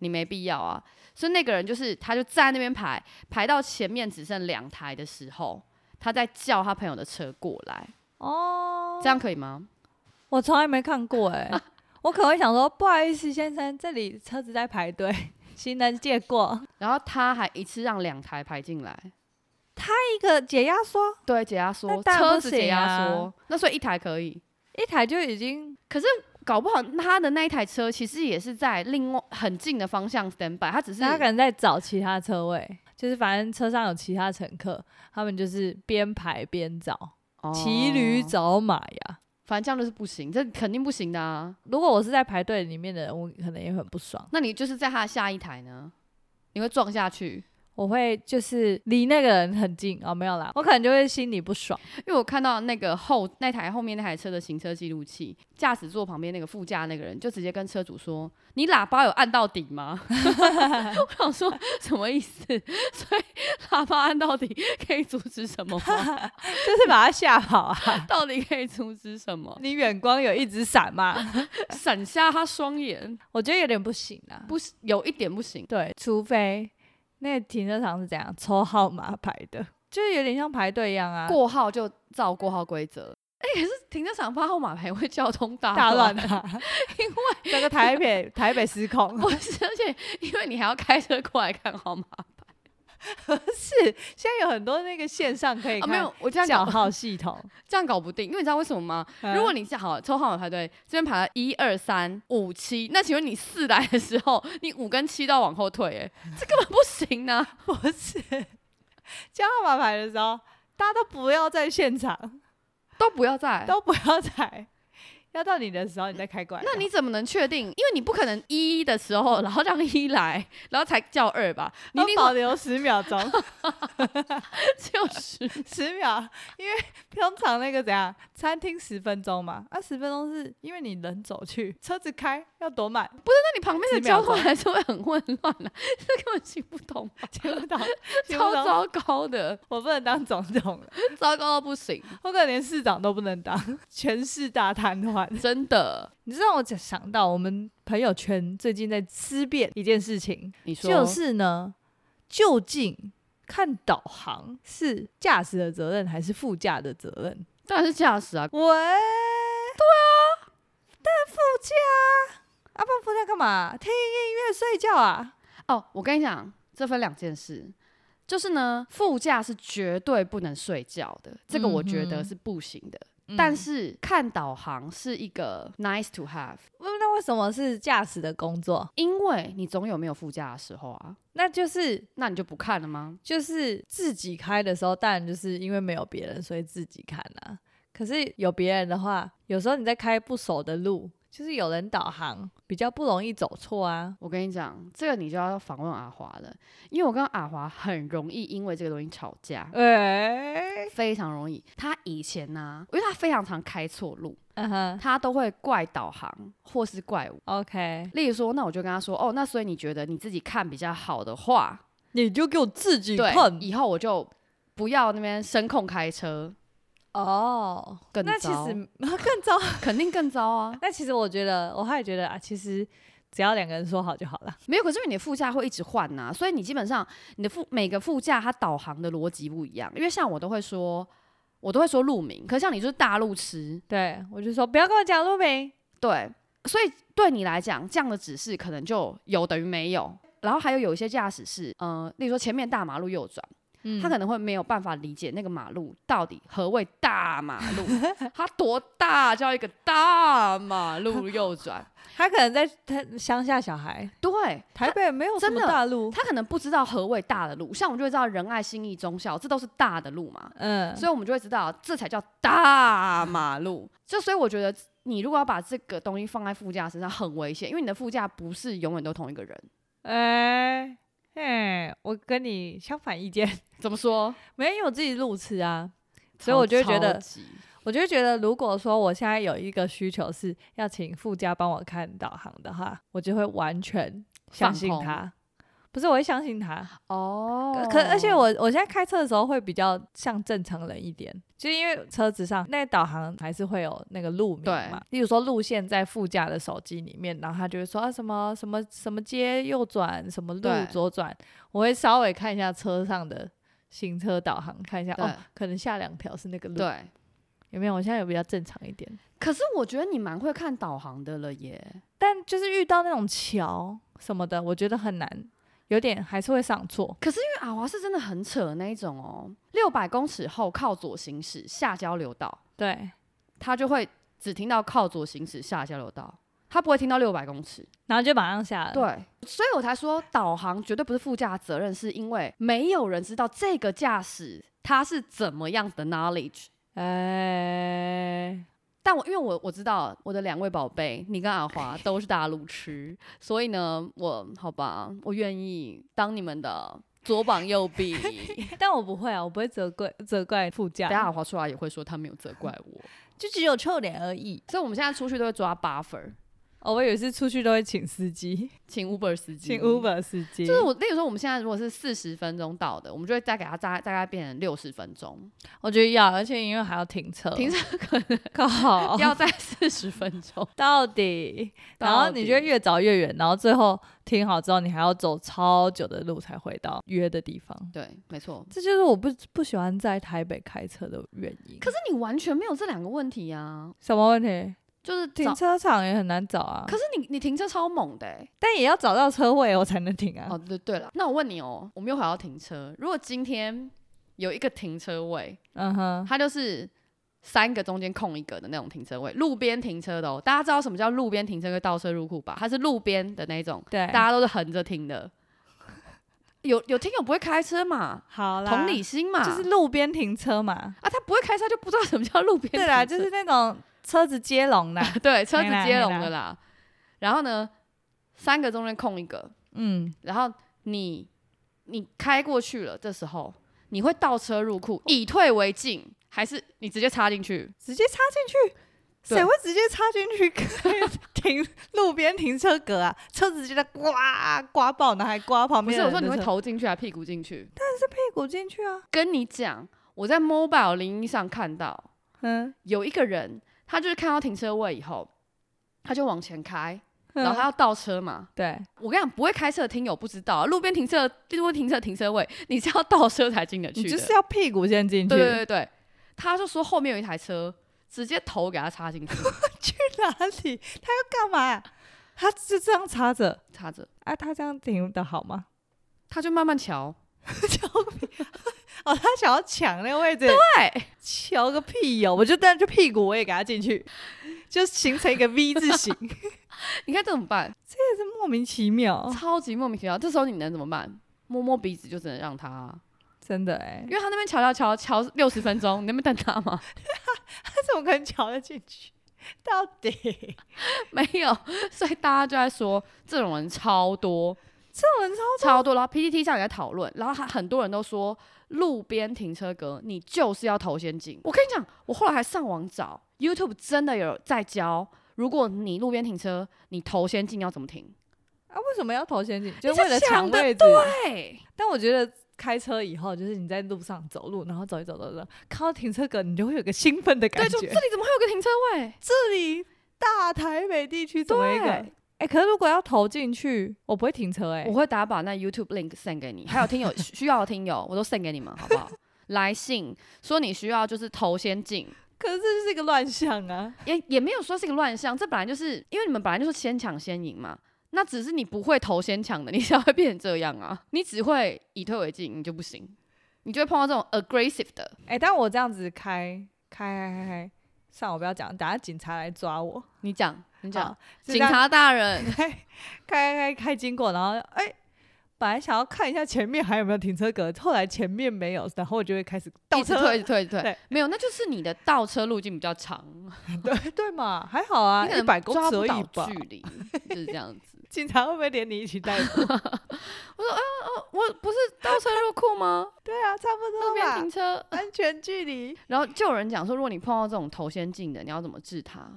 Speaker 1: 你没必要啊。所以那个人就是他就站在那边排，排到前面只剩两台的时候，他在叫他朋友的车过来，
Speaker 2: 哦，
Speaker 1: 这样可以吗？
Speaker 2: 我从来没看过 哎、我可能会想说，不好意思，先生，这里车子在排队，行人借过。
Speaker 1: 然后他还一次让两台排进来，
Speaker 2: 一个解压缩，
Speaker 1: 对，解压缩，
Speaker 2: 那当然
Speaker 1: 车
Speaker 2: 不
Speaker 1: 子解
Speaker 2: 行
Speaker 1: 压
Speaker 2: 啊
Speaker 1: 缩，那所以一台可以。
Speaker 2: 一台就已经
Speaker 1: 可是搞不好他的那一台车其实也是在另外很近的方向 stand by，他只是
Speaker 2: 他可能在找其他车位，就是反正车上有其他乘客，他们就是边排边找，
Speaker 1: 哦
Speaker 2: 骑驴，找马呀。
Speaker 1: 反正这样就是不行，这肯定不行的啊。
Speaker 2: 如果我是在排队里面的人，我可能也很不爽，
Speaker 1: 那你就是在他的下一台呢，你会撞下去，
Speaker 2: 我会就是离那个人很近哦，没有啦，我可能就会心里不爽。
Speaker 1: 因为我看到那个后那台后面那台车的行车记录器，驾驶座旁边那个副驾那个人就直接跟车主说：“你喇叭有按到底吗？” 我想说什么意思？所以喇叭按到底可以阻止什么吗？
Speaker 2: 就是把他吓跑啊！
Speaker 1: 到底可以阻止什么？
Speaker 2: 你远光有一直闪吗？
Speaker 1: 闪瞎他双眼，
Speaker 2: 我觉得有点不行啊。
Speaker 1: 不是有一点不行。
Speaker 2: 对，除非那个停车场是怎样抽号码牌的，就是有点像排队一样啊，
Speaker 1: 过号就照过号规则。哎、可是停车场发号码牌会交通大
Speaker 2: 大乱
Speaker 1: 乱，
Speaker 2: 啊， 因为整个台北台北失 控，
Speaker 1: 不是？而且因为你还要开车过来看号码牌
Speaker 2: 是现在有很多那个线上可以
Speaker 1: 啊，没有，我这
Speaker 2: 看
Speaker 1: 样
Speaker 2: 小
Speaker 1: 搞
Speaker 2: 号系 统，
Speaker 1: 这样搞不定，因为你知道为什么吗？如果
Speaker 2: 你
Speaker 1: 你是好抽号码排队，这边排了一二三五七，那请问你四来的时候，你五跟七都要往后退、 欸，这根本不行啊呢、
Speaker 2: 不是加号码牌的时候，大家都不要在现场，
Speaker 1: 都不要再。
Speaker 2: 都不要在。要到你的时候，你再开过来。
Speaker 1: 那你怎么能确定？因为你不可能一的时候，然后让一来，然后才叫二吧？你一
Speaker 2: 都
Speaker 1: 定
Speaker 2: 保留十秒 钟，
Speaker 1: 就是
Speaker 2: 十秒，因为通常那个怎样，餐厅十分钟嘛，啊，十分钟是因为你人走去，车子开要多慢，
Speaker 1: 那你旁边的
Speaker 2: 几
Speaker 1: 交
Speaker 2: 秒
Speaker 1: 通
Speaker 2: 钟
Speaker 1: 还是会很混乱啦， 这根本行不通，
Speaker 2: 听不懂，听
Speaker 1: 超
Speaker 2: 不懂，
Speaker 1: 糟糕的，
Speaker 2: 我不能当总统了，
Speaker 1: 糟糕到不行，
Speaker 2: 我可能连市长都不能当，全市大瘫痪。
Speaker 1: 真的。
Speaker 2: 你知道我只想到我们朋友圈最近在思辨一件事情，
Speaker 1: 你说
Speaker 2: 就是呢，究竟看导航是驾驶的责任还是副驾的责任？
Speaker 1: 当然是驾驶啊，
Speaker 2: 喂，对啊，但副驾啊，不然副驾干嘛？听音乐睡觉啊？
Speaker 1: 哦，我跟你讲，这分两件事，就是呢，副驾是绝对不能睡觉的，这个我觉得
Speaker 2: 嗯哼
Speaker 1: 是不行的。但是看导航是一个 nice to have，
Speaker 2: 嗯，那为什么是驾驶的工作？
Speaker 1: 因为你总有没有副驾的时候啊，
Speaker 2: 那就是
Speaker 1: 那你就不看了吗？
Speaker 2: 就是自己开的时候，当然就是因为没有别人，所以自己看啊。可是有别人的话，有时候你在开不熟的路，就是有人导航，比较不容易走错啊。
Speaker 1: 我跟你讲，这个你就要访问阿华了，因为我跟阿华很容易因为这个东西吵架，
Speaker 2: 哎、
Speaker 1: 非常容易。他以前呢、因为他非常常开错路，
Speaker 2: 嗯哼
Speaker 1: 他都会怪导航或是怪我。
Speaker 2: ，OK，
Speaker 1: 例如说，那我就跟他说，哦，那所以你觉得你自己看比较好的话，
Speaker 2: 你就给我自己
Speaker 1: 对
Speaker 2: 看，
Speaker 1: 以后我就不要那边声控开车，
Speaker 2: 哦。
Speaker 1: 更糟，
Speaker 2: 那其实更糟。
Speaker 1: 肯定更糟啊。
Speaker 2: 那其实我觉得，我还觉得啊，其实只要两个人说好就好了。
Speaker 1: 没有，可是因为你的副驾会一直换呐、所以你基本上你的副每个副驾它导航的逻辑不一样。因为像我都会说，我都会说路名，可是像你就是大路痴，
Speaker 2: 对我就说不要跟我讲路名，
Speaker 1: 对，所以对你来讲，这样的指示可能就有等于没有。然后还有有一些驾驶是，嗯、例如说前面大马路右转，
Speaker 2: 嗯
Speaker 1: 他可能会没有办法理解那个马路到底何谓大马路，它多大叫一个大马路右转？
Speaker 2: 他可能在他乡下小孩，
Speaker 1: 对，
Speaker 2: 台北没有什
Speaker 1: 真
Speaker 2: 么
Speaker 1: 的
Speaker 2: 大路，
Speaker 1: 他可能不知道何谓大的路，像我们就会知道仁爱、新义、忠孝，这都是大的路嘛，
Speaker 2: 嗯，
Speaker 1: 所以我们就会知道这才叫大马 路。就所以我觉得，你如果要把这个东西放在副驾身上很危险，因为你的副驾不是永远都同一个人。
Speaker 2: 哎、哎、我跟你相反意见，
Speaker 1: 怎么说？
Speaker 2: 没有因为我自己路痴啊，所以我就会觉得
Speaker 1: 超级
Speaker 2: 我就会觉得，如果说我现在有一个需求是要请副驾帮我看导航的话，我就会完全相信
Speaker 1: 放空
Speaker 2: 他，不是我会相信他。
Speaker 1: 哦
Speaker 2: 可，可而且我我现在开车的时候会比较像正常人一点，就是因为车子上那个导航还是会有那个路名
Speaker 1: 对
Speaker 2: 嘛，例如说路线在副驾的手机里面，然后他就会说啊什么什么什么街右转，什么路
Speaker 1: 对
Speaker 2: 左转，我会稍微看一下车上的行车导航，看一下哦
Speaker 1: 对，
Speaker 2: 可能下两条是那个路，
Speaker 1: 对，
Speaker 2: 有没有？我现在有比较正常一点，
Speaker 1: 可是我觉得你蛮会看导航的了耶。
Speaker 2: 但就是遇到那种桥什么的，我觉得很难，有点还是会上错。
Speaker 1: 可是因为阿华是真的很扯的那一种哦，六百公尺后靠左行驶下交流道。
Speaker 2: 对，
Speaker 1: 他就会只听到靠左行驶下交流道，他不会听到六百公尺。
Speaker 2: 然后就马上下了。
Speaker 1: 对，所以我才说导航绝对不是副驾的责任，是因为没有人知道这个驾驶他是怎么样的 knowledge。
Speaker 2: 哎，
Speaker 1: 但我因为我我知道我的两位宝贝，你跟阿 华都是大路痴，所以呢，我好吧，我愿意当你们的左膀右臂。
Speaker 2: 但我不会啊，我不会责怪责怪 副
Speaker 1: 等下
Speaker 2: 驾，
Speaker 1: 阿华出来也会说他没有责怪我，
Speaker 2: 就只有臭脸而已。
Speaker 1: 所以我们现在出去都会抓 buffer，
Speaker 2: 哦，我有一次出去都会请司机，
Speaker 1: 请 Uber 司机，
Speaker 2: 请 Uber 司机。
Speaker 1: 就是我，例如说我们现在如果是四十分钟到的，我们就会再给它大大概变成六十分钟，
Speaker 2: 我觉得要，而且因为还要停车，
Speaker 1: 停
Speaker 2: 车可能靠。
Speaker 1: 要在四十分钟
Speaker 2: 到底，然后你就会越找越远，然后最后停好之后，你还要走超久的路才回到约的地方。
Speaker 1: 对，没错。
Speaker 2: 这就是我不不喜欢在台北开车的原因。
Speaker 1: 可是你完全没有这两个问题啊，
Speaker 2: 什么问题？
Speaker 1: 就是
Speaker 2: 停
Speaker 1: 找。
Speaker 2: 车场也很难找啊，
Speaker 1: 可是你你停车超猛的、欸、
Speaker 2: 但也要找到车位我才能停啊。
Speaker 1: 哦，对对了，那我问你哦，我们又回到停车，如果今天有一个停车位，
Speaker 2: 嗯哼，
Speaker 1: 它就是三个中间空一个的那种停车位，路边停车的哦。大家知道什么叫路边停车跟倒车入库吧？它是路边的那种，
Speaker 2: 对，
Speaker 1: 大家都是横着停的。有有听友不会开车嘛？
Speaker 2: 好啦，
Speaker 1: 同理心嘛，
Speaker 2: 就是路边停车嘛。
Speaker 1: 啊，他不会开车就不知道什么叫路边停
Speaker 2: 对
Speaker 1: 车，
Speaker 2: 啦，就是那种车子接龙 啦。
Speaker 1: 对车
Speaker 2: 没
Speaker 1: 子
Speaker 2: 啦
Speaker 1: 接
Speaker 2: 没
Speaker 1: 龙
Speaker 2: 啦
Speaker 1: 的啦。然后呢，三个中间空一个，
Speaker 2: 嗯，
Speaker 1: 然后你你开过去了，这时候你会倒车入库，以退为进，还是你直接插进去？
Speaker 2: 直接插进去，
Speaker 1: 对
Speaker 2: 谁会直接插进去停路边停车格啊？车子就在刮刮爆，然后还刮旁
Speaker 1: 不
Speaker 2: 边
Speaker 1: 是，
Speaker 2: 的
Speaker 1: 我说
Speaker 2: 人的车。
Speaker 1: 你会头进去还啊是屁股进去？
Speaker 2: 屁股进去啊？
Speaker 1: 跟你讲，我在 Mobile 零一上看到，
Speaker 2: 嗯，
Speaker 1: 有一个人，他就是看到停车位以后，他就往前开，然后他
Speaker 2: 嗯
Speaker 1: 要倒车嘛。
Speaker 2: 对，
Speaker 1: 我跟你讲，不会开车的听友不知道啊，路边停车、路边停车、停车位，你是要倒车才进得去
Speaker 2: 你
Speaker 1: 的。
Speaker 2: 就是要屁股先进去，
Speaker 1: 对对对对，他就说后面有一台车，直接头给他插进去，
Speaker 2: 哪里？他要干嘛啊？他就这样插着
Speaker 1: 插着，
Speaker 2: 啊？他这样停的好吗？
Speaker 1: 他就慢慢瞧。
Speaker 2: 瞧个屁！哦，他想要抢那个位置，哦
Speaker 1: 对，
Speaker 2: 瞧个屁哟、我就但就屁股我也给他进去，就形成一个 V 字 形，这
Speaker 1: 你看这怎么办？
Speaker 2: 是莫名其妙，
Speaker 1: 超级莫名其妙。这时候你能怎么办？摸摸鼻子就只能让他啊、
Speaker 2: 真的哎、
Speaker 1: 因为他那边瞧瞧瞧瞧六十分钟，你能不能等他吗？
Speaker 2: 他怎么可能瞧得进去？到底
Speaker 1: 没有，所以大家就在说这种人超多，
Speaker 2: 这种人超
Speaker 1: 超多。然后 PPT 上也在讨论，然后还很多人都说路边停车格你就是要头先进。我跟你讲，我后来还上网找 YouTube 真的有在教，如果你路边停车，你头先进要怎么停？
Speaker 2: 啊，为什么要头先进？
Speaker 1: 你
Speaker 2: 就是是为了抢
Speaker 1: 想得
Speaker 2: 位置。
Speaker 1: 对，
Speaker 2: 但我觉得开车以后，就是你在路上走路，然后走一走走走，看到停车格，你就会有个兴奋的感
Speaker 1: 对，就
Speaker 2: 觉。
Speaker 1: 这里怎么会有个停车位？
Speaker 2: 这里大台北地区怎么一个？哎
Speaker 1: 对、
Speaker 2: 可是如果要投进去，我不会停车哎、
Speaker 1: 我会打把那 YouTube link send 给你，还有听友需需要的听友，我都 send 给你们，好不 好？来信说你需要就是头先进，
Speaker 2: 可是这就是一个乱象啊！
Speaker 1: 也也没有说是一个乱象，这本来就是因为你们本来就是先抢先赢嘛，那只是你不会头先抢的，你才会变成这样啊，你只会以退为进，你就不行，你就会碰到这种 aggressive 的，
Speaker 2: 哎、但我这样子开开开开开，算了，我不要讲，等下警察来抓我。
Speaker 1: 你讲你讲
Speaker 2: 好，，就
Speaker 1: 警
Speaker 2: 这样
Speaker 1: 察大人，
Speaker 2: 开开开开经过，然后哎、本来想要看一下前面还有没有停车格，后来前面没有，然后我就会开始 倒
Speaker 1: 一直
Speaker 2: 车，
Speaker 1: 退一直退一直退
Speaker 2: 对，
Speaker 1: 没有，那就是你的倒车路径比较长，
Speaker 2: 对对嘛，还好啊，
Speaker 1: 你
Speaker 2: 一
Speaker 1: 可
Speaker 2: 百
Speaker 1: 能
Speaker 2: 公
Speaker 1: 抓
Speaker 2: 尺
Speaker 1: 不
Speaker 2: 而
Speaker 1: 到
Speaker 2: 已吧
Speaker 1: 距。离，就是这样子。
Speaker 2: 警察会不会连你一起带走？
Speaker 1: 我不是倒车入库吗？
Speaker 2: 对啊，差不
Speaker 1: 路
Speaker 2: 多
Speaker 1: 边停
Speaker 2: 吧，
Speaker 1: 车。
Speaker 2: 安全距离。
Speaker 1: 然后就有人讲说，如果你碰到这种头先进的，你要怎么治他？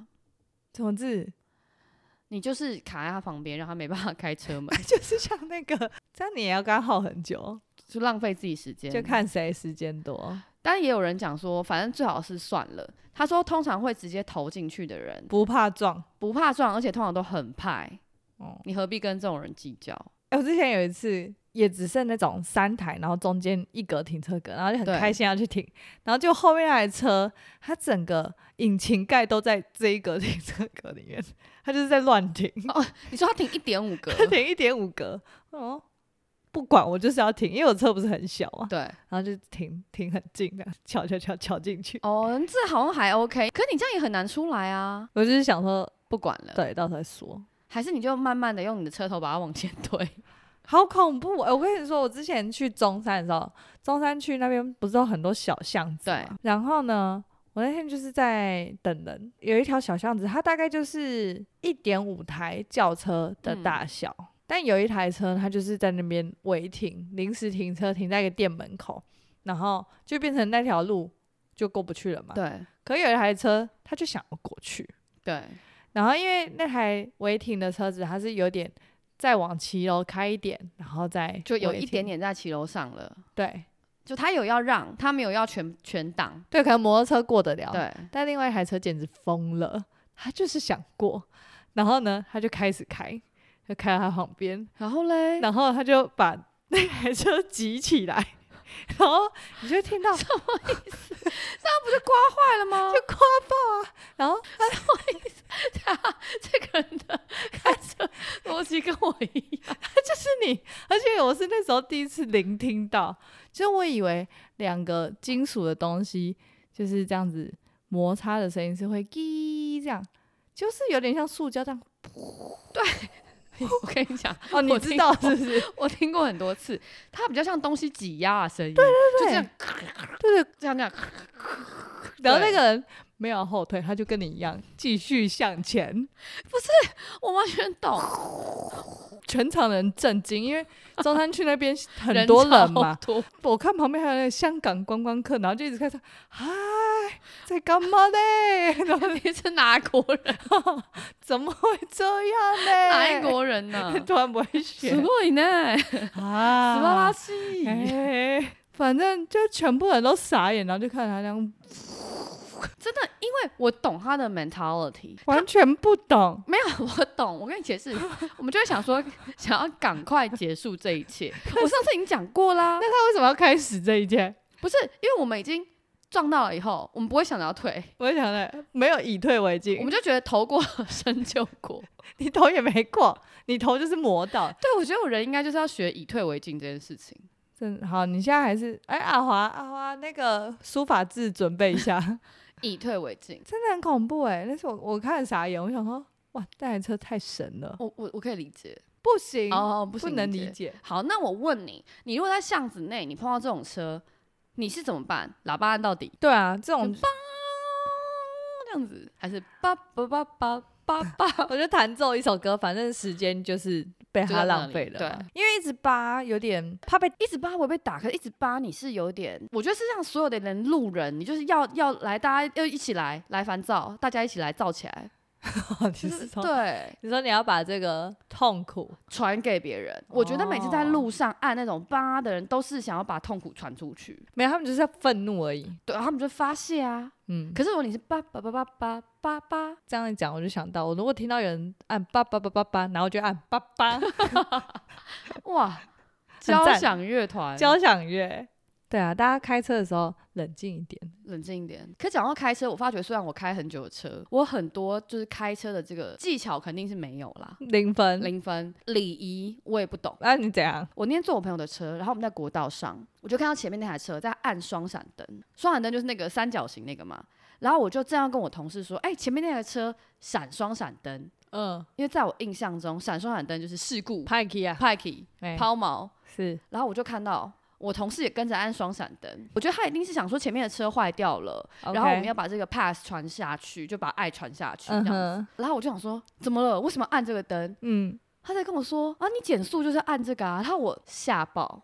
Speaker 2: 总之，
Speaker 1: 你就是卡在他旁边，让他没办法开车门，
Speaker 2: 就是像那个，这样你也要刚耗很久，
Speaker 1: 就浪费自己时间。
Speaker 2: 就，看谁时间多，
Speaker 1: 但也有人讲说，反正最好是算了。他说，通常会直接投进去的人
Speaker 2: 不怕撞。
Speaker 1: 不怕撞，而且通常都很派，
Speaker 2: 哦、
Speaker 1: 你何必跟这种人计较？
Speaker 2: 哎，我之前有一次也只剩那种三台，然后中间一格停车格，然后就很
Speaker 1: 对
Speaker 2: 开心要去停，然后就后面那台车，它整个引擎盖都在这一格停车格里面，它就是在乱停，
Speaker 1: 你说他停一点五 格，
Speaker 2: 它停一点五格，哦，不管我就是要停，因为我车不是很小嘛，
Speaker 1: 对，
Speaker 2: 然后就停停很近 的，瞧瞧瞧瞧进去，
Speaker 1: 哦，这好像还 OK，可你这样也很难出来啊。
Speaker 2: 我就是想说，
Speaker 1: 不管了，
Speaker 2: 对，到时候再说。
Speaker 1: 还是你就慢慢的用你的车头把它往前 推。
Speaker 2: 好恐怖！哎我跟你说，我之前去中山的时候，中山区那边不是有很多小巷子
Speaker 1: 对
Speaker 2: 嘛，然后呢，我那天就是在等人，有一条小巷子，它大概就是一点五台轿车的
Speaker 1: 嗯
Speaker 2: 大小，但有一台车它就是在那边违停，临时停车停在一个店门口，然后就变成那条路就过不去了嘛。
Speaker 1: 对
Speaker 2: 可有一台车，它就想要过去，
Speaker 1: 对，
Speaker 2: 然后因为那台违停的车子，它是有点再往骑楼开一点，然后再
Speaker 1: 就有
Speaker 2: 违
Speaker 1: 一
Speaker 2: 停
Speaker 1: 点点在骑楼上了。
Speaker 2: 对
Speaker 1: 就他有要让，他没有要全全挡，
Speaker 2: 对，可能摩托车过得了，
Speaker 1: 对，
Speaker 2: 但另外一台车简直疯了，他就是想过，然后呢，他就开始开，就开到他旁边，
Speaker 1: 然后嘞，
Speaker 2: 然后他就把 那台车挤起来，然后你就听到就
Speaker 1: 坏了吗？
Speaker 2: 夸爆啊，然后
Speaker 1: 这个人的开车逻辑跟我一样，
Speaker 2: 就是你，而且我是那时候第一次聆听到，就我以为两个金属的东西就是这样子摩擦的声音是会滴这样，就是有点像塑胶这样。
Speaker 1: 我跟你讲，
Speaker 2: 哦，
Speaker 1: 我
Speaker 2: 你知
Speaker 1: 听
Speaker 2: 道
Speaker 1: 过
Speaker 2: 是不是？
Speaker 1: 我听过很多次，他比较像东西挤压的声音，对对就 这样
Speaker 2: 对对，
Speaker 1: 这样这样，
Speaker 2: 然后那个人没有后退，他就跟你一样继续向前。
Speaker 1: 我完全懂，
Speaker 2: 全场人震惊，因为中山区那边很
Speaker 1: 人
Speaker 2: 多人
Speaker 1: 超
Speaker 2: 嘛，
Speaker 1: 多
Speaker 2: 我看旁边还有那个香港观光客，然后就一直看他，嗨，在干嘛嘞？然后
Speaker 1: 你是哪国人？
Speaker 2: 怎么会这样 嘞？
Speaker 1: 哪一国人呢？
Speaker 2: 突然不会
Speaker 1: す
Speaker 2: 学
Speaker 1: ごいね，
Speaker 2: 啊！
Speaker 1: 啊斯巴拉西，
Speaker 2: 哎，反正就全部人都傻眼，然后就看他 那样，
Speaker 1: 真的，因为我懂他的 mentality，
Speaker 2: 完全不懂。
Speaker 1: 没有，我懂。我跟你解释，我们就会想说，想要赶快结束这一切。我上次已经讲过啦，
Speaker 2: 那他为什么要开始这一切？
Speaker 1: 不是因为我们已经撞到了以后，我们不会想着要退，
Speaker 2: 我就想的没有以退为
Speaker 1: 我
Speaker 2: 进
Speaker 1: 们，就觉得头过 身就过。
Speaker 2: 你头也没过，你头就是磨到。
Speaker 1: 对，我觉得我人应该就是要学以退为进这件事情。
Speaker 2: 真好，你现在还是哎，阿华阿华那个书法字准备一下，
Speaker 1: 以退为进。
Speaker 2: 真的很恐怖哎、那是我我看了傻眼，我想说，哇，这台车太神了，
Speaker 1: 我我我可以理解，
Speaker 2: 不行，
Speaker 1: 哦，不
Speaker 2: 不
Speaker 1: 行
Speaker 2: 能
Speaker 1: 理
Speaker 2: 理
Speaker 1: 解。
Speaker 2: 解。
Speaker 1: 好，那我问你，你如果在巷子内你碰到这种车，你是怎么办？喇叭按到底，
Speaker 2: 对啊，这种
Speaker 1: 棒这样子，还是叭叭叭叭叭叭？
Speaker 2: 我就弹奏一首歌，反正时间就是被
Speaker 1: 就
Speaker 2: 他
Speaker 1: 在那
Speaker 2: 浪
Speaker 1: 里
Speaker 2: 费了
Speaker 1: 对
Speaker 2: 嘛。因为一直扒有点怕 被
Speaker 1: 一直扒我被打，可是一直扒你是有点，我觉得是让所有的人路人，你就是要要来，大家要一起来来烦躁，大家一起来燥起来，
Speaker 2: 你
Speaker 1: 就是是
Speaker 2: 说
Speaker 1: 对
Speaker 2: 你说你要把这个痛苦，
Speaker 1: 传给别人。我觉得每次在路上按那种叭的人，都是想要把痛苦传出去，
Speaker 2: 没有，他们就是在愤怒而已。
Speaker 1: 对他们就发泄啊。
Speaker 2: 嗯，
Speaker 1: 可是如果你是叭叭叭叭叭叭叭，
Speaker 2: 这样一讲我就想到，我如果听到有人按叭叭叭叭叭，然后我就按 叭叭
Speaker 1: 哇，
Speaker 2: 赞
Speaker 1: 交响乐团，
Speaker 2: 交响乐。对啊，大家开车的时候冷静一点。
Speaker 1: 冷静一点。可讲到开车，我发觉虽然我开很久的车，我很多就是开车的这个技巧肯定是没有啦，
Speaker 2: 零分，
Speaker 1: 零分。礼仪我也不懂。
Speaker 2: 那、你怎样？
Speaker 1: 我那天坐我朋友的车，然后我们在国道上，我就看到前面那台车在按双闪灯，双闪灯就是那个三角形那个嘛。然后我就这样跟我同事说：“哎、前面那台车闪双闪灯，
Speaker 2: 嗯，
Speaker 1: 因为在我印象中，闪双闪灯就是事故、
Speaker 2: 派 k 啊，
Speaker 1: 派 k
Speaker 2: 哎
Speaker 1: 抛锚。
Speaker 2: 是
Speaker 1: 然后我就看到我同事也跟着按双闪灯，我觉得他一定是想说前面的车坏掉了，然后我们要把这个 pass 传下去，就把爱传下去这
Speaker 2: 嗯
Speaker 1: 样子。
Speaker 2: 哼，
Speaker 1: 然后我就想说，怎么了？为什么按这个灯？
Speaker 2: 嗯，
Speaker 1: 他在跟我说啊，你减速就是按这个啊。然后我吓爆，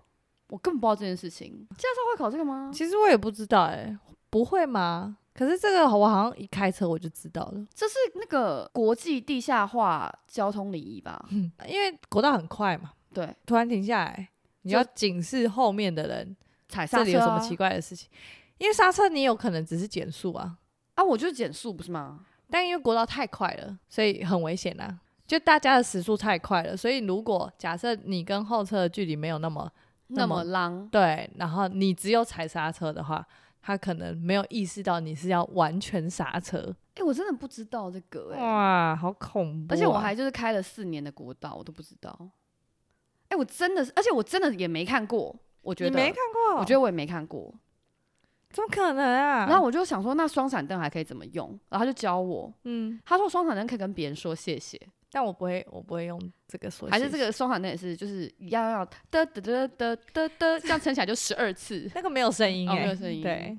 Speaker 1: 我根本不知道这件事情。驾照会考这个吗？
Speaker 2: 其实我也不知道哎、不会吗？可是这个我好像一开车我就知道了，
Speaker 1: 这是那个国际地下化交通礼仪吧？
Speaker 2: 嗯，因为国道很快嘛，
Speaker 1: 对，
Speaker 2: 突然停下来，你
Speaker 1: 就
Speaker 2: 要警示后面的人，
Speaker 1: 踩刹车、啊、
Speaker 2: 这里有什么奇怪的事情？因为刹车你有可能只是减速啊，
Speaker 1: 啊？我就是减速不是吗？
Speaker 2: 但因为国道太快了，所以很危险啊。就大家的时速太快了，所以如果假设你跟后车的距离没有那么那
Speaker 1: 那
Speaker 2: 么
Speaker 1: 么浪，
Speaker 2: 对，然后你只有踩刹车的话，他可能没有意识到你是要完全刹车。
Speaker 1: 哎、我真的不知道这
Speaker 2: 哦
Speaker 1: 个哎、
Speaker 2: 哇，好恐怖
Speaker 1: 而
Speaker 2: 啊、
Speaker 1: 且我还就是开了四年的国道，我都不知道。哎、我真的是，而且我真的也没看过。我觉
Speaker 2: 你
Speaker 1: 得
Speaker 2: 没看过，
Speaker 1: 我觉得我也没看过。
Speaker 2: 怎么可能啊？
Speaker 1: 然后我就想说，那双闪灯还可以怎么用？然后他就教我，
Speaker 2: 嗯，
Speaker 1: 他说双闪灯可以跟别人说谢谢，
Speaker 2: 但我不会，我不会用这个说，。
Speaker 1: 还是这个双闪灯也是就是一样要的的的的的的，这样撑起来就十二次
Speaker 2: 那个没有声音、
Speaker 1: 哦
Speaker 2: 欸，
Speaker 1: 没有声音
Speaker 2: 对，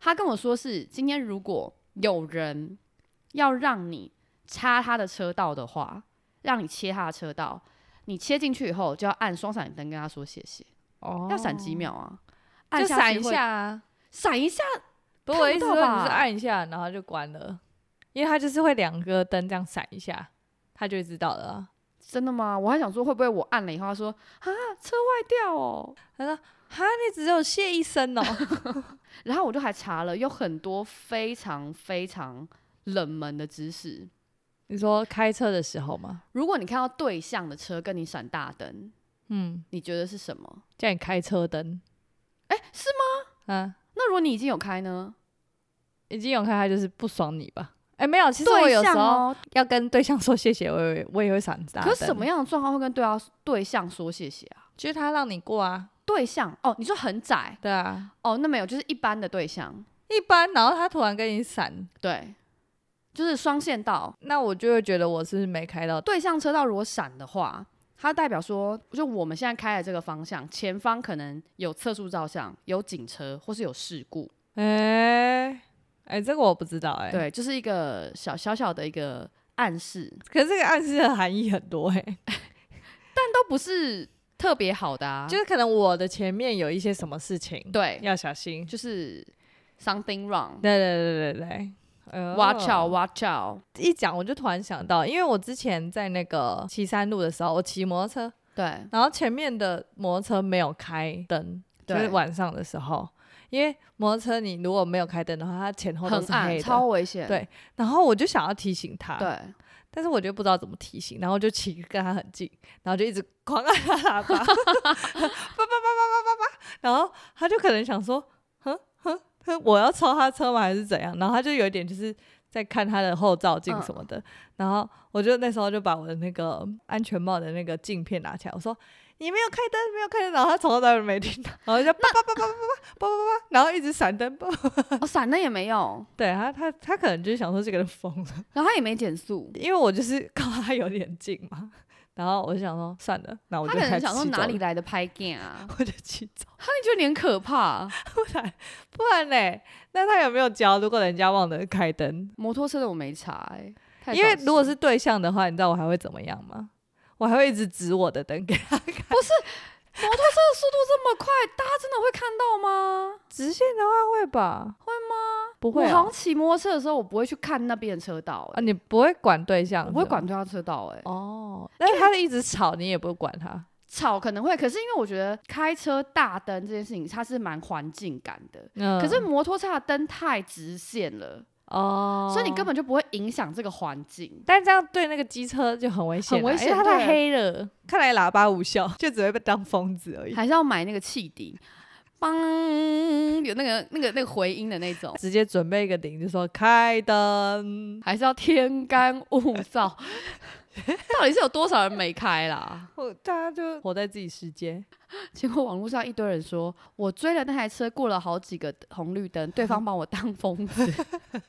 Speaker 1: 他跟我说是今天如果有人要让你插他的车道的话，让你切他的车道，你切进去以后就要按双闪灯跟他说谢谢，
Speaker 2: 哦
Speaker 1: 要闪几，秒啊，按
Speaker 2: 就
Speaker 1: 下
Speaker 2: 闪
Speaker 1: 去
Speaker 2: 一
Speaker 1: 会，
Speaker 2: 下啊。
Speaker 1: 闪一下，
Speaker 2: 不过我
Speaker 1: 看
Speaker 2: 意思
Speaker 1: 不
Speaker 2: 说，
Speaker 1: 到
Speaker 2: 你
Speaker 1: 吧
Speaker 2: 就是按一下，然后就关了，因为它就是会两个灯这样闪一下，他就会知道了啊。
Speaker 1: 真的吗？我还想说会不会我按了以后，他说啊车坏掉哦，
Speaker 2: 他说：“哈，你只有谢一声哦。
Speaker 1: 然后我就还查了，有很多非常非常冷门的知识。”
Speaker 2: 你说开车的时候吗？
Speaker 1: 如果你看到对向的车跟你闪大灯，
Speaker 2: 嗯，
Speaker 1: 你觉得是什么？
Speaker 2: 叫你开车灯。
Speaker 1: 哎、是吗？
Speaker 2: 嗯，
Speaker 1: 那如果你已经有开呢？
Speaker 2: 已经有开，他就是不爽你吧？哎、没有，其实我有
Speaker 1: 对
Speaker 2: 时
Speaker 1: 象
Speaker 2: 候
Speaker 1: 哦，
Speaker 2: 要跟对象说谢谢，我也我也会闪大灯。
Speaker 1: 可是什么？样的状况会跟对啊对象说谢谢啊？
Speaker 2: 就是他让你过啊，
Speaker 1: 对象哦，你说很窄
Speaker 2: 对啊，
Speaker 1: 哦，那没有，就是一般的对象，
Speaker 2: 一般。然后他突然跟你闪，
Speaker 1: 对，就是双线道
Speaker 2: 那我就会觉得我是不是没开到。
Speaker 1: 对向车道如果闪的话。它代表说，就我们现在开的这个方向，前方可能有测速照相、有警车或是有事故，
Speaker 2: 哎、哎、这个我不知道哎、
Speaker 1: 对，就是一个小小小的一个暗示，
Speaker 2: 可是这个暗示的含义很多哎、
Speaker 1: 但都不是特别好的啊。
Speaker 2: 就是可能我的前面有一些什么事情，，
Speaker 1: 对，
Speaker 2: 要小心。
Speaker 1: 就是 something wrong。
Speaker 2: 对对对对对。呃
Speaker 1: Watch out, watch out！
Speaker 2: 一讲我就突然想到，因为我之前在那个骑山路的时候，我骑摩托车，
Speaker 1: 对
Speaker 2: 然后前面的摩托车没有开灯，就是
Speaker 1: 对，
Speaker 2: 晚上的时候，因为摩托车你如果没有开灯的话，它前后都
Speaker 1: 很
Speaker 2: 是黑
Speaker 1: 暗，
Speaker 2: 的。
Speaker 1: 超危险。
Speaker 2: 对然后我就想要提醒他，
Speaker 1: 对，
Speaker 2: 但是我就不知道怎么提醒，然后就骑跟他很近，然后就一直狂按他喇叭，叭叭叭叭叭叭叭，然后他就可能想说，哼哼哼，我要超他车吗，还是怎样？然后他就有一点就是在看他的后照镜
Speaker 1: 嗯
Speaker 2: 什么的，然后我就那时候就把我的那个安全帽的那个镜片拿起来，我说你没有开灯，没有开灯，然后他从头到尾没听到，然后就叭叭叭叭叭叭叭叭叭叭，然后一直闪灯，叭叭
Speaker 1: 哦，闪灯也没有，
Speaker 2: 对他他他可能就是想说这个人疯了，
Speaker 1: 然后他也没减速，
Speaker 2: 因为我就是 靠他有点近嘛，然后我就想说算了，那我
Speaker 1: 他
Speaker 2: 就
Speaker 1: 可能
Speaker 2: 开
Speaker 1: 想说
Speaker 2: 骑走
Speaker 1: 哪里
Speaker 2: 了，
Speaker 1: 来的拍 g 啊，
Speaker 2: 我就骑走，
Speaker 1: 他就有点可怕。
Speaker 2: 不然嘞，那他有没有教？如果人家忘了开灯，
Speaker 1: 摩托车的我没查、欸，太
Speaker 2: 因为
Speaker 1: 早
Speaker 2: 如果
Speaker 1: 熟
Speaker 2: 是对象的话，你知道我还会怎么样吗？我还会一直指我的灯 给他看。
Speaker 1: 摩托车的速度这么快，大家真的会看到吗？
Speaker 2: 直线的话会吧？会吗？不会
Speaker 1: 我
Speaker 2: 哦、
Speaker 1: 好像骑摩托车的时候，我不会去看那边的车道、
Speaker 2: 啊，
Speaker 1: 欸，
Speaker 2: 你不会管啊对象
Speaker 1: 我
Speaker 2: 是
Speaker 1: 不会
Speaker 2: 吗
Speaker 1: 管对方车道、欸，
Speaker 2: 哦。但是他一直吵，你也不会管他。
Speaker 1: 吵可能会，可是因为我觉得开车大灯这件事情，它是蛮环境感的。
Speaker 2: 嗯
Speaker 1: 可是摩托车的灯太直线了，
Speaker 2: 哦，
Speaker 1: 所以你根，本就不会影响这个环境。
Speaker 2: 但这样对那个机车就很危险啊，
Speaker 1: 很危
Speaker 2: 因为
Speaker 1: 险
Speaker 2: 它太
Speaker 1: 对
Speaker 2: 黑了。看来喇叭无效， 就只会被当疯子而已。
Speaker 1: 还是要买那个汽笛，梆有那个那个那个回音的那种，
Speaker 2: 直接准备一个铃，就说开灯。
Speaker 1: 还是要天干物燥。到底是有多少人没开啦？
Speaker 2: 我大家就活在自己世界。
Speaker 1: 结果网络上一堆人说，我追了那台车，过了好几个红绿灯，对方 把我当疯子。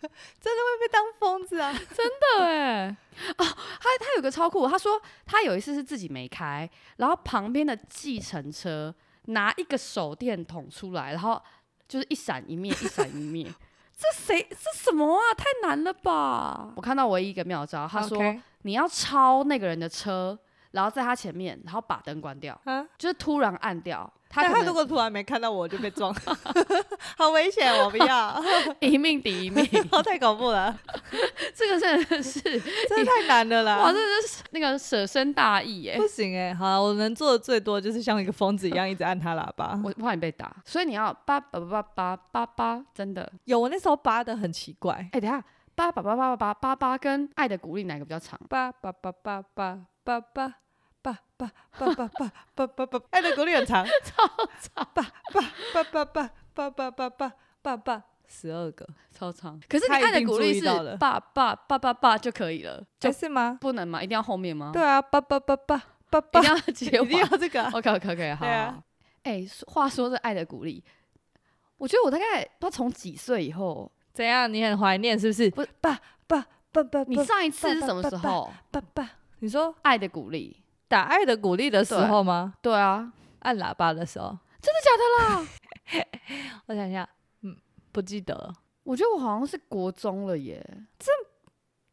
Speaker 2: 被当疯 子啊！
Speaker 1: 对， 哦，他他有个超酷，他说他有一次是自己没开，然后旁边的计程车拿一个手电筒出来，然后就是一闪一灭，一闪一灭。 这谁这什么啊？太难了 吧！我看到唯一一个妙招，他说
Speaker 2: OK
Speaker 1: 你要超那个人的车，然后在他前面，然后把灯关掉，
Speaker 2: 啊，
Speaker 1: 就是突然按掉。他
Speaker 2: 但
Speaker 1: 可
Speaker 2: 他如
Speaker 1: 能
Speaker 2: 果突然没看到我就被 撞，好危险，我不要，
Speaker 1: 一命抵一命，
Speaker 2: 好太恐怖 了，
Speaker 1: 这个真的是
Speaker 2: 真的太难了
Speaker 1: 哇，
Speaker 2: 啦
Speaker 1: 这。是那个舍身大义耶、
Speaker 2: 不行哎、好啦，我能做的最多就是像一个疯子一样一直按他喇 叭。
Speaker 1: 我怕你被打，所以你要叭叭叭叭叭叭，真的。
Speaker 2: 有，我那时候扒的很奇怪，
Speaker 1: 哎、等一下，叭叭叭叭叭叭叭跟《爱的鼓励》哪个比较长？
Speaker 2: 叭叭叭叭叭叭叭叭叭叭叭叭叭叭 叭，爱的鼓励很长，超长，叭叭叭叭叭叭叭叭叭叭，哎十二个，
Speaker 1: 超长。可是你《
Speaker 2: 他一
Speaker 1: 爱的
Speaker 2: 定
Speaker 1: 鼓
Speaker 2: 注
Speaker 1: 励
Speaker 2: 意》到
Speaker 1: 是
Speaker 2: 了
Speaker 1: 叭叭叭叭叭就可以了，就
Speaker 2: 这是吗？
Speaker 1: 不能吗？一定要后面吗？
Speaker 2: 对，啊，叭叭叭叭叭叭
Speaker 1: 一，定要结
Speaker 2: 一定要
Speaker 1: 尾。
Speaker 2: 这个啊，
Speaker 1: OK OK OK，好。
Speaker 2: 对啊
Speaker 1: 好好哎、说话说这《爱的鼓励》，我觉得我大概不知道从几岁以后，
Speaker 2: 怎样？你很怀念是不是？
Speaker 1: 不
Speaker 2: 爸爸爸爸，
Speaker 1: 你上一次是什么时
Speaker 2: 叭
Speaker 1: 候？《
Speaker 2: 爸爸，你说
Speaker 1: 爱的鼓励
Speaker 2: 打爱的鼓励的时候吗》？？
Speaker 1: 对啊，
Speaker 2: 按喇叭的时候，
Speaker 1: 真的假的啦？
Speaker 2: 我想一下，嗯，不记得了，
Speaker 1: 我觉得我好像是国中了耶。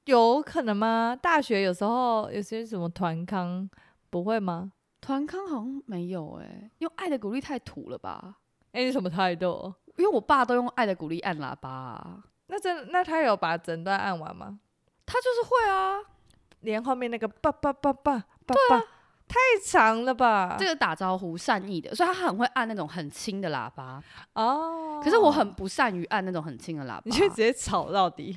Speaker 2: 有可能吗？大学有时候有些什么团康不会吗？
Speaker 1: 团康好像没有哎、用爱的鼓励太土了吧？
Speaker 2: 哎、你什么态度？
Speaker 1: 因为我爸都用爱的鼓励按喇叭、啊，
Speaker 2: 那真那他有把整段按完吗？
Speaker 1: 他就是会啊，
Speaker 2: 连后面那个爸爸爸爸爸爸，太长了吧？
Speaker 1: 这个打招呼善意的，所以他很会按那种很轻的喇叭。
Speaker 2: 哦，
Speaker 1: 可是我很不善于按那种很轻的喇叭，
Speaker 2: 你就直接吵到底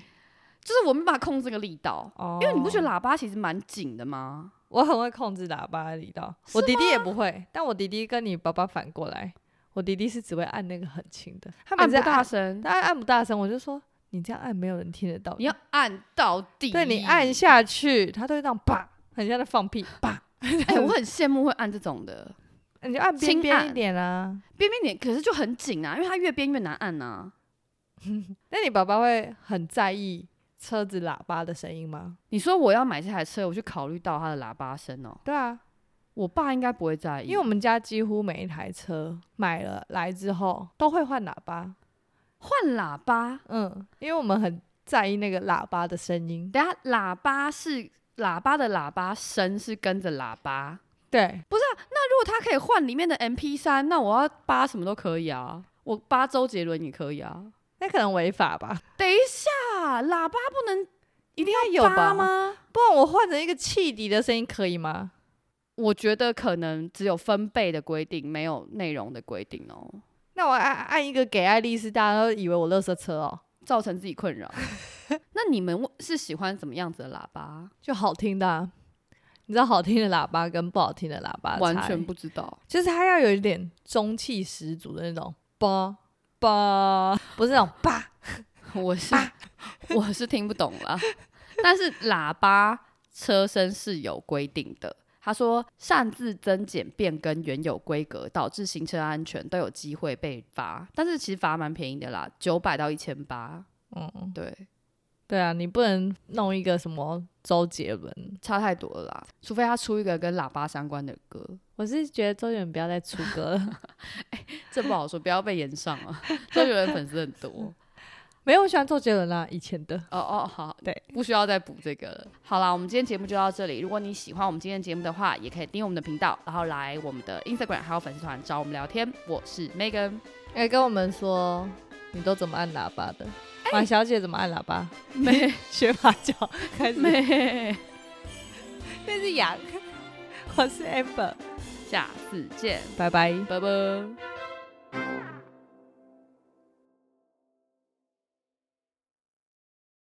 Speaker 1: 就是我没办法控制这个力道，
Speaker 2: 哦，
Speaker 1: 因为你不觉得喇叭其实蛮紧的吗？
Speaker 2: 我很会控制喇叭的力道，我弟弟也不会，但我弟弟跟你爸爸反过来，我弟弟是只会按那个很轻的，他每
Speaker 1: 按
Speaker 2: 次
Speaker 1: 不大
Speaker 2: 按，
Speaker 1: 声，
Speaker 2: 他按不大声，我就说你这样按没有人听得到的，
Speaker 1: 你要按到底。
Speaker 2: 对你按
Speaker 1: 下。
Speaker 2: 下去，他都会这样啪，很像在放 屁啪，
Speaker 1: 哎、我很羡慕会按这种的，
Speaker 2: 你就按边
Speaker 1: 轻
Speaker 2: 边一
Speaker 1: 按
Speaker 2: 点啊。
Speaker 1: 边边点，可是就很紧啊，因为它越边越难按啊。
Speaker 2: 那你爸爸会很在意车子喇叭的声音吗？
Speaker 1: 你说我要买这台车，我去考虑到它的喇叭声哦、
Speaker 2: 对啊，
Speaker 1: 我爸应该不会在意，
Speaker 2: 嗯因为我们家几乎每一台车买了来之后都会换喇叭，
Speaker 1: 换喇叭。
Speaker 2: 嗯，因为我们很在意那个喇叭的声音。
Speaker 1: 等一下喇叭是喇叭的喇叭声是跟着喇叭，啊
Speaker 2: 对，
Speaker 1: 如果它可以换里面的 MP 三，那我要扒什么都可以啊，我扒周杰伦也可以啊。
Speaker 2: 那可能违法吧？
Speaker 1: 等一下，喇叭不能
Speaker 2: 一定
Speaker 1: 要
Speaker 2: 有吧
Speaker 1: 扒？吗？
Speaker 2: 不然我换成一个汽笛的声音可以吗？
Speaker 1: 我觉得可能只有分贝的规定，没有内容的规定哦，
Speaker 2: 那我按按一个给爱丽丝，大家都以为我垃圾车哦，
Speaker 1: 造成自己困 扰。那你们是喜欢怎么样子的喇叭？
Speaker 2: 就好听的、啊。你知道好听的喇叭跟不好听的喇叭的
Speaker 1: 完
Speaker 2: 差
Speaker 1: 全
Speaker 2: 异，
Speaker 1: 不知道。
Speaker 2: 就是它要有一点中气十足的那种叭叭，不是那种叭。
Speaker 1: 我是 我是听不懂啦，但是喇叭车身是有规定的，他说，擅自增减、变更原有规格，导致行车安全都有机会被罚，但是其实罚蛮便宜的啦，九百到一千八。
Speaker 2: 嗯，
Speaker 1: 对，
Speaker 2: 对啊，你不能弄一个什么周杰伦。
Speaker 1: 差太多了啦，除非他出一个跟喇叭相关的歌，
Speaker 2: 我是觉得周杰伦不要再出歌 了，
Speaker 1: 这不好说，不要被延上啊。 周杰伦粉丝很多。
Speaker 2: 没有，我喜欢周杰伦啦，以前的。
Speaker 1: 哦哦，好，
Speaker 2: 对，
Speaker 1: 不需要再补这个了。好啦，我们今天节目就到这里。如果你喜欢我们今天节目的话，也可以订阅我们的频道，然后来我们的 Instagram 还有粉丝团找我们聊天。我是 Megan，
Speaker 2: 哎、跟我们说你都怎么按喇叭的？马小姐怎么按喇 叭？
Speaker 1: 没
Speaker 2: 哎学马脚开始，
Speaker 1: 没，
Speaker 2: 那 是羊，我是 Amber，
Speaker 1: 下次见，
Speaker 2: 拜拜。
Speaker 1: 拜拜。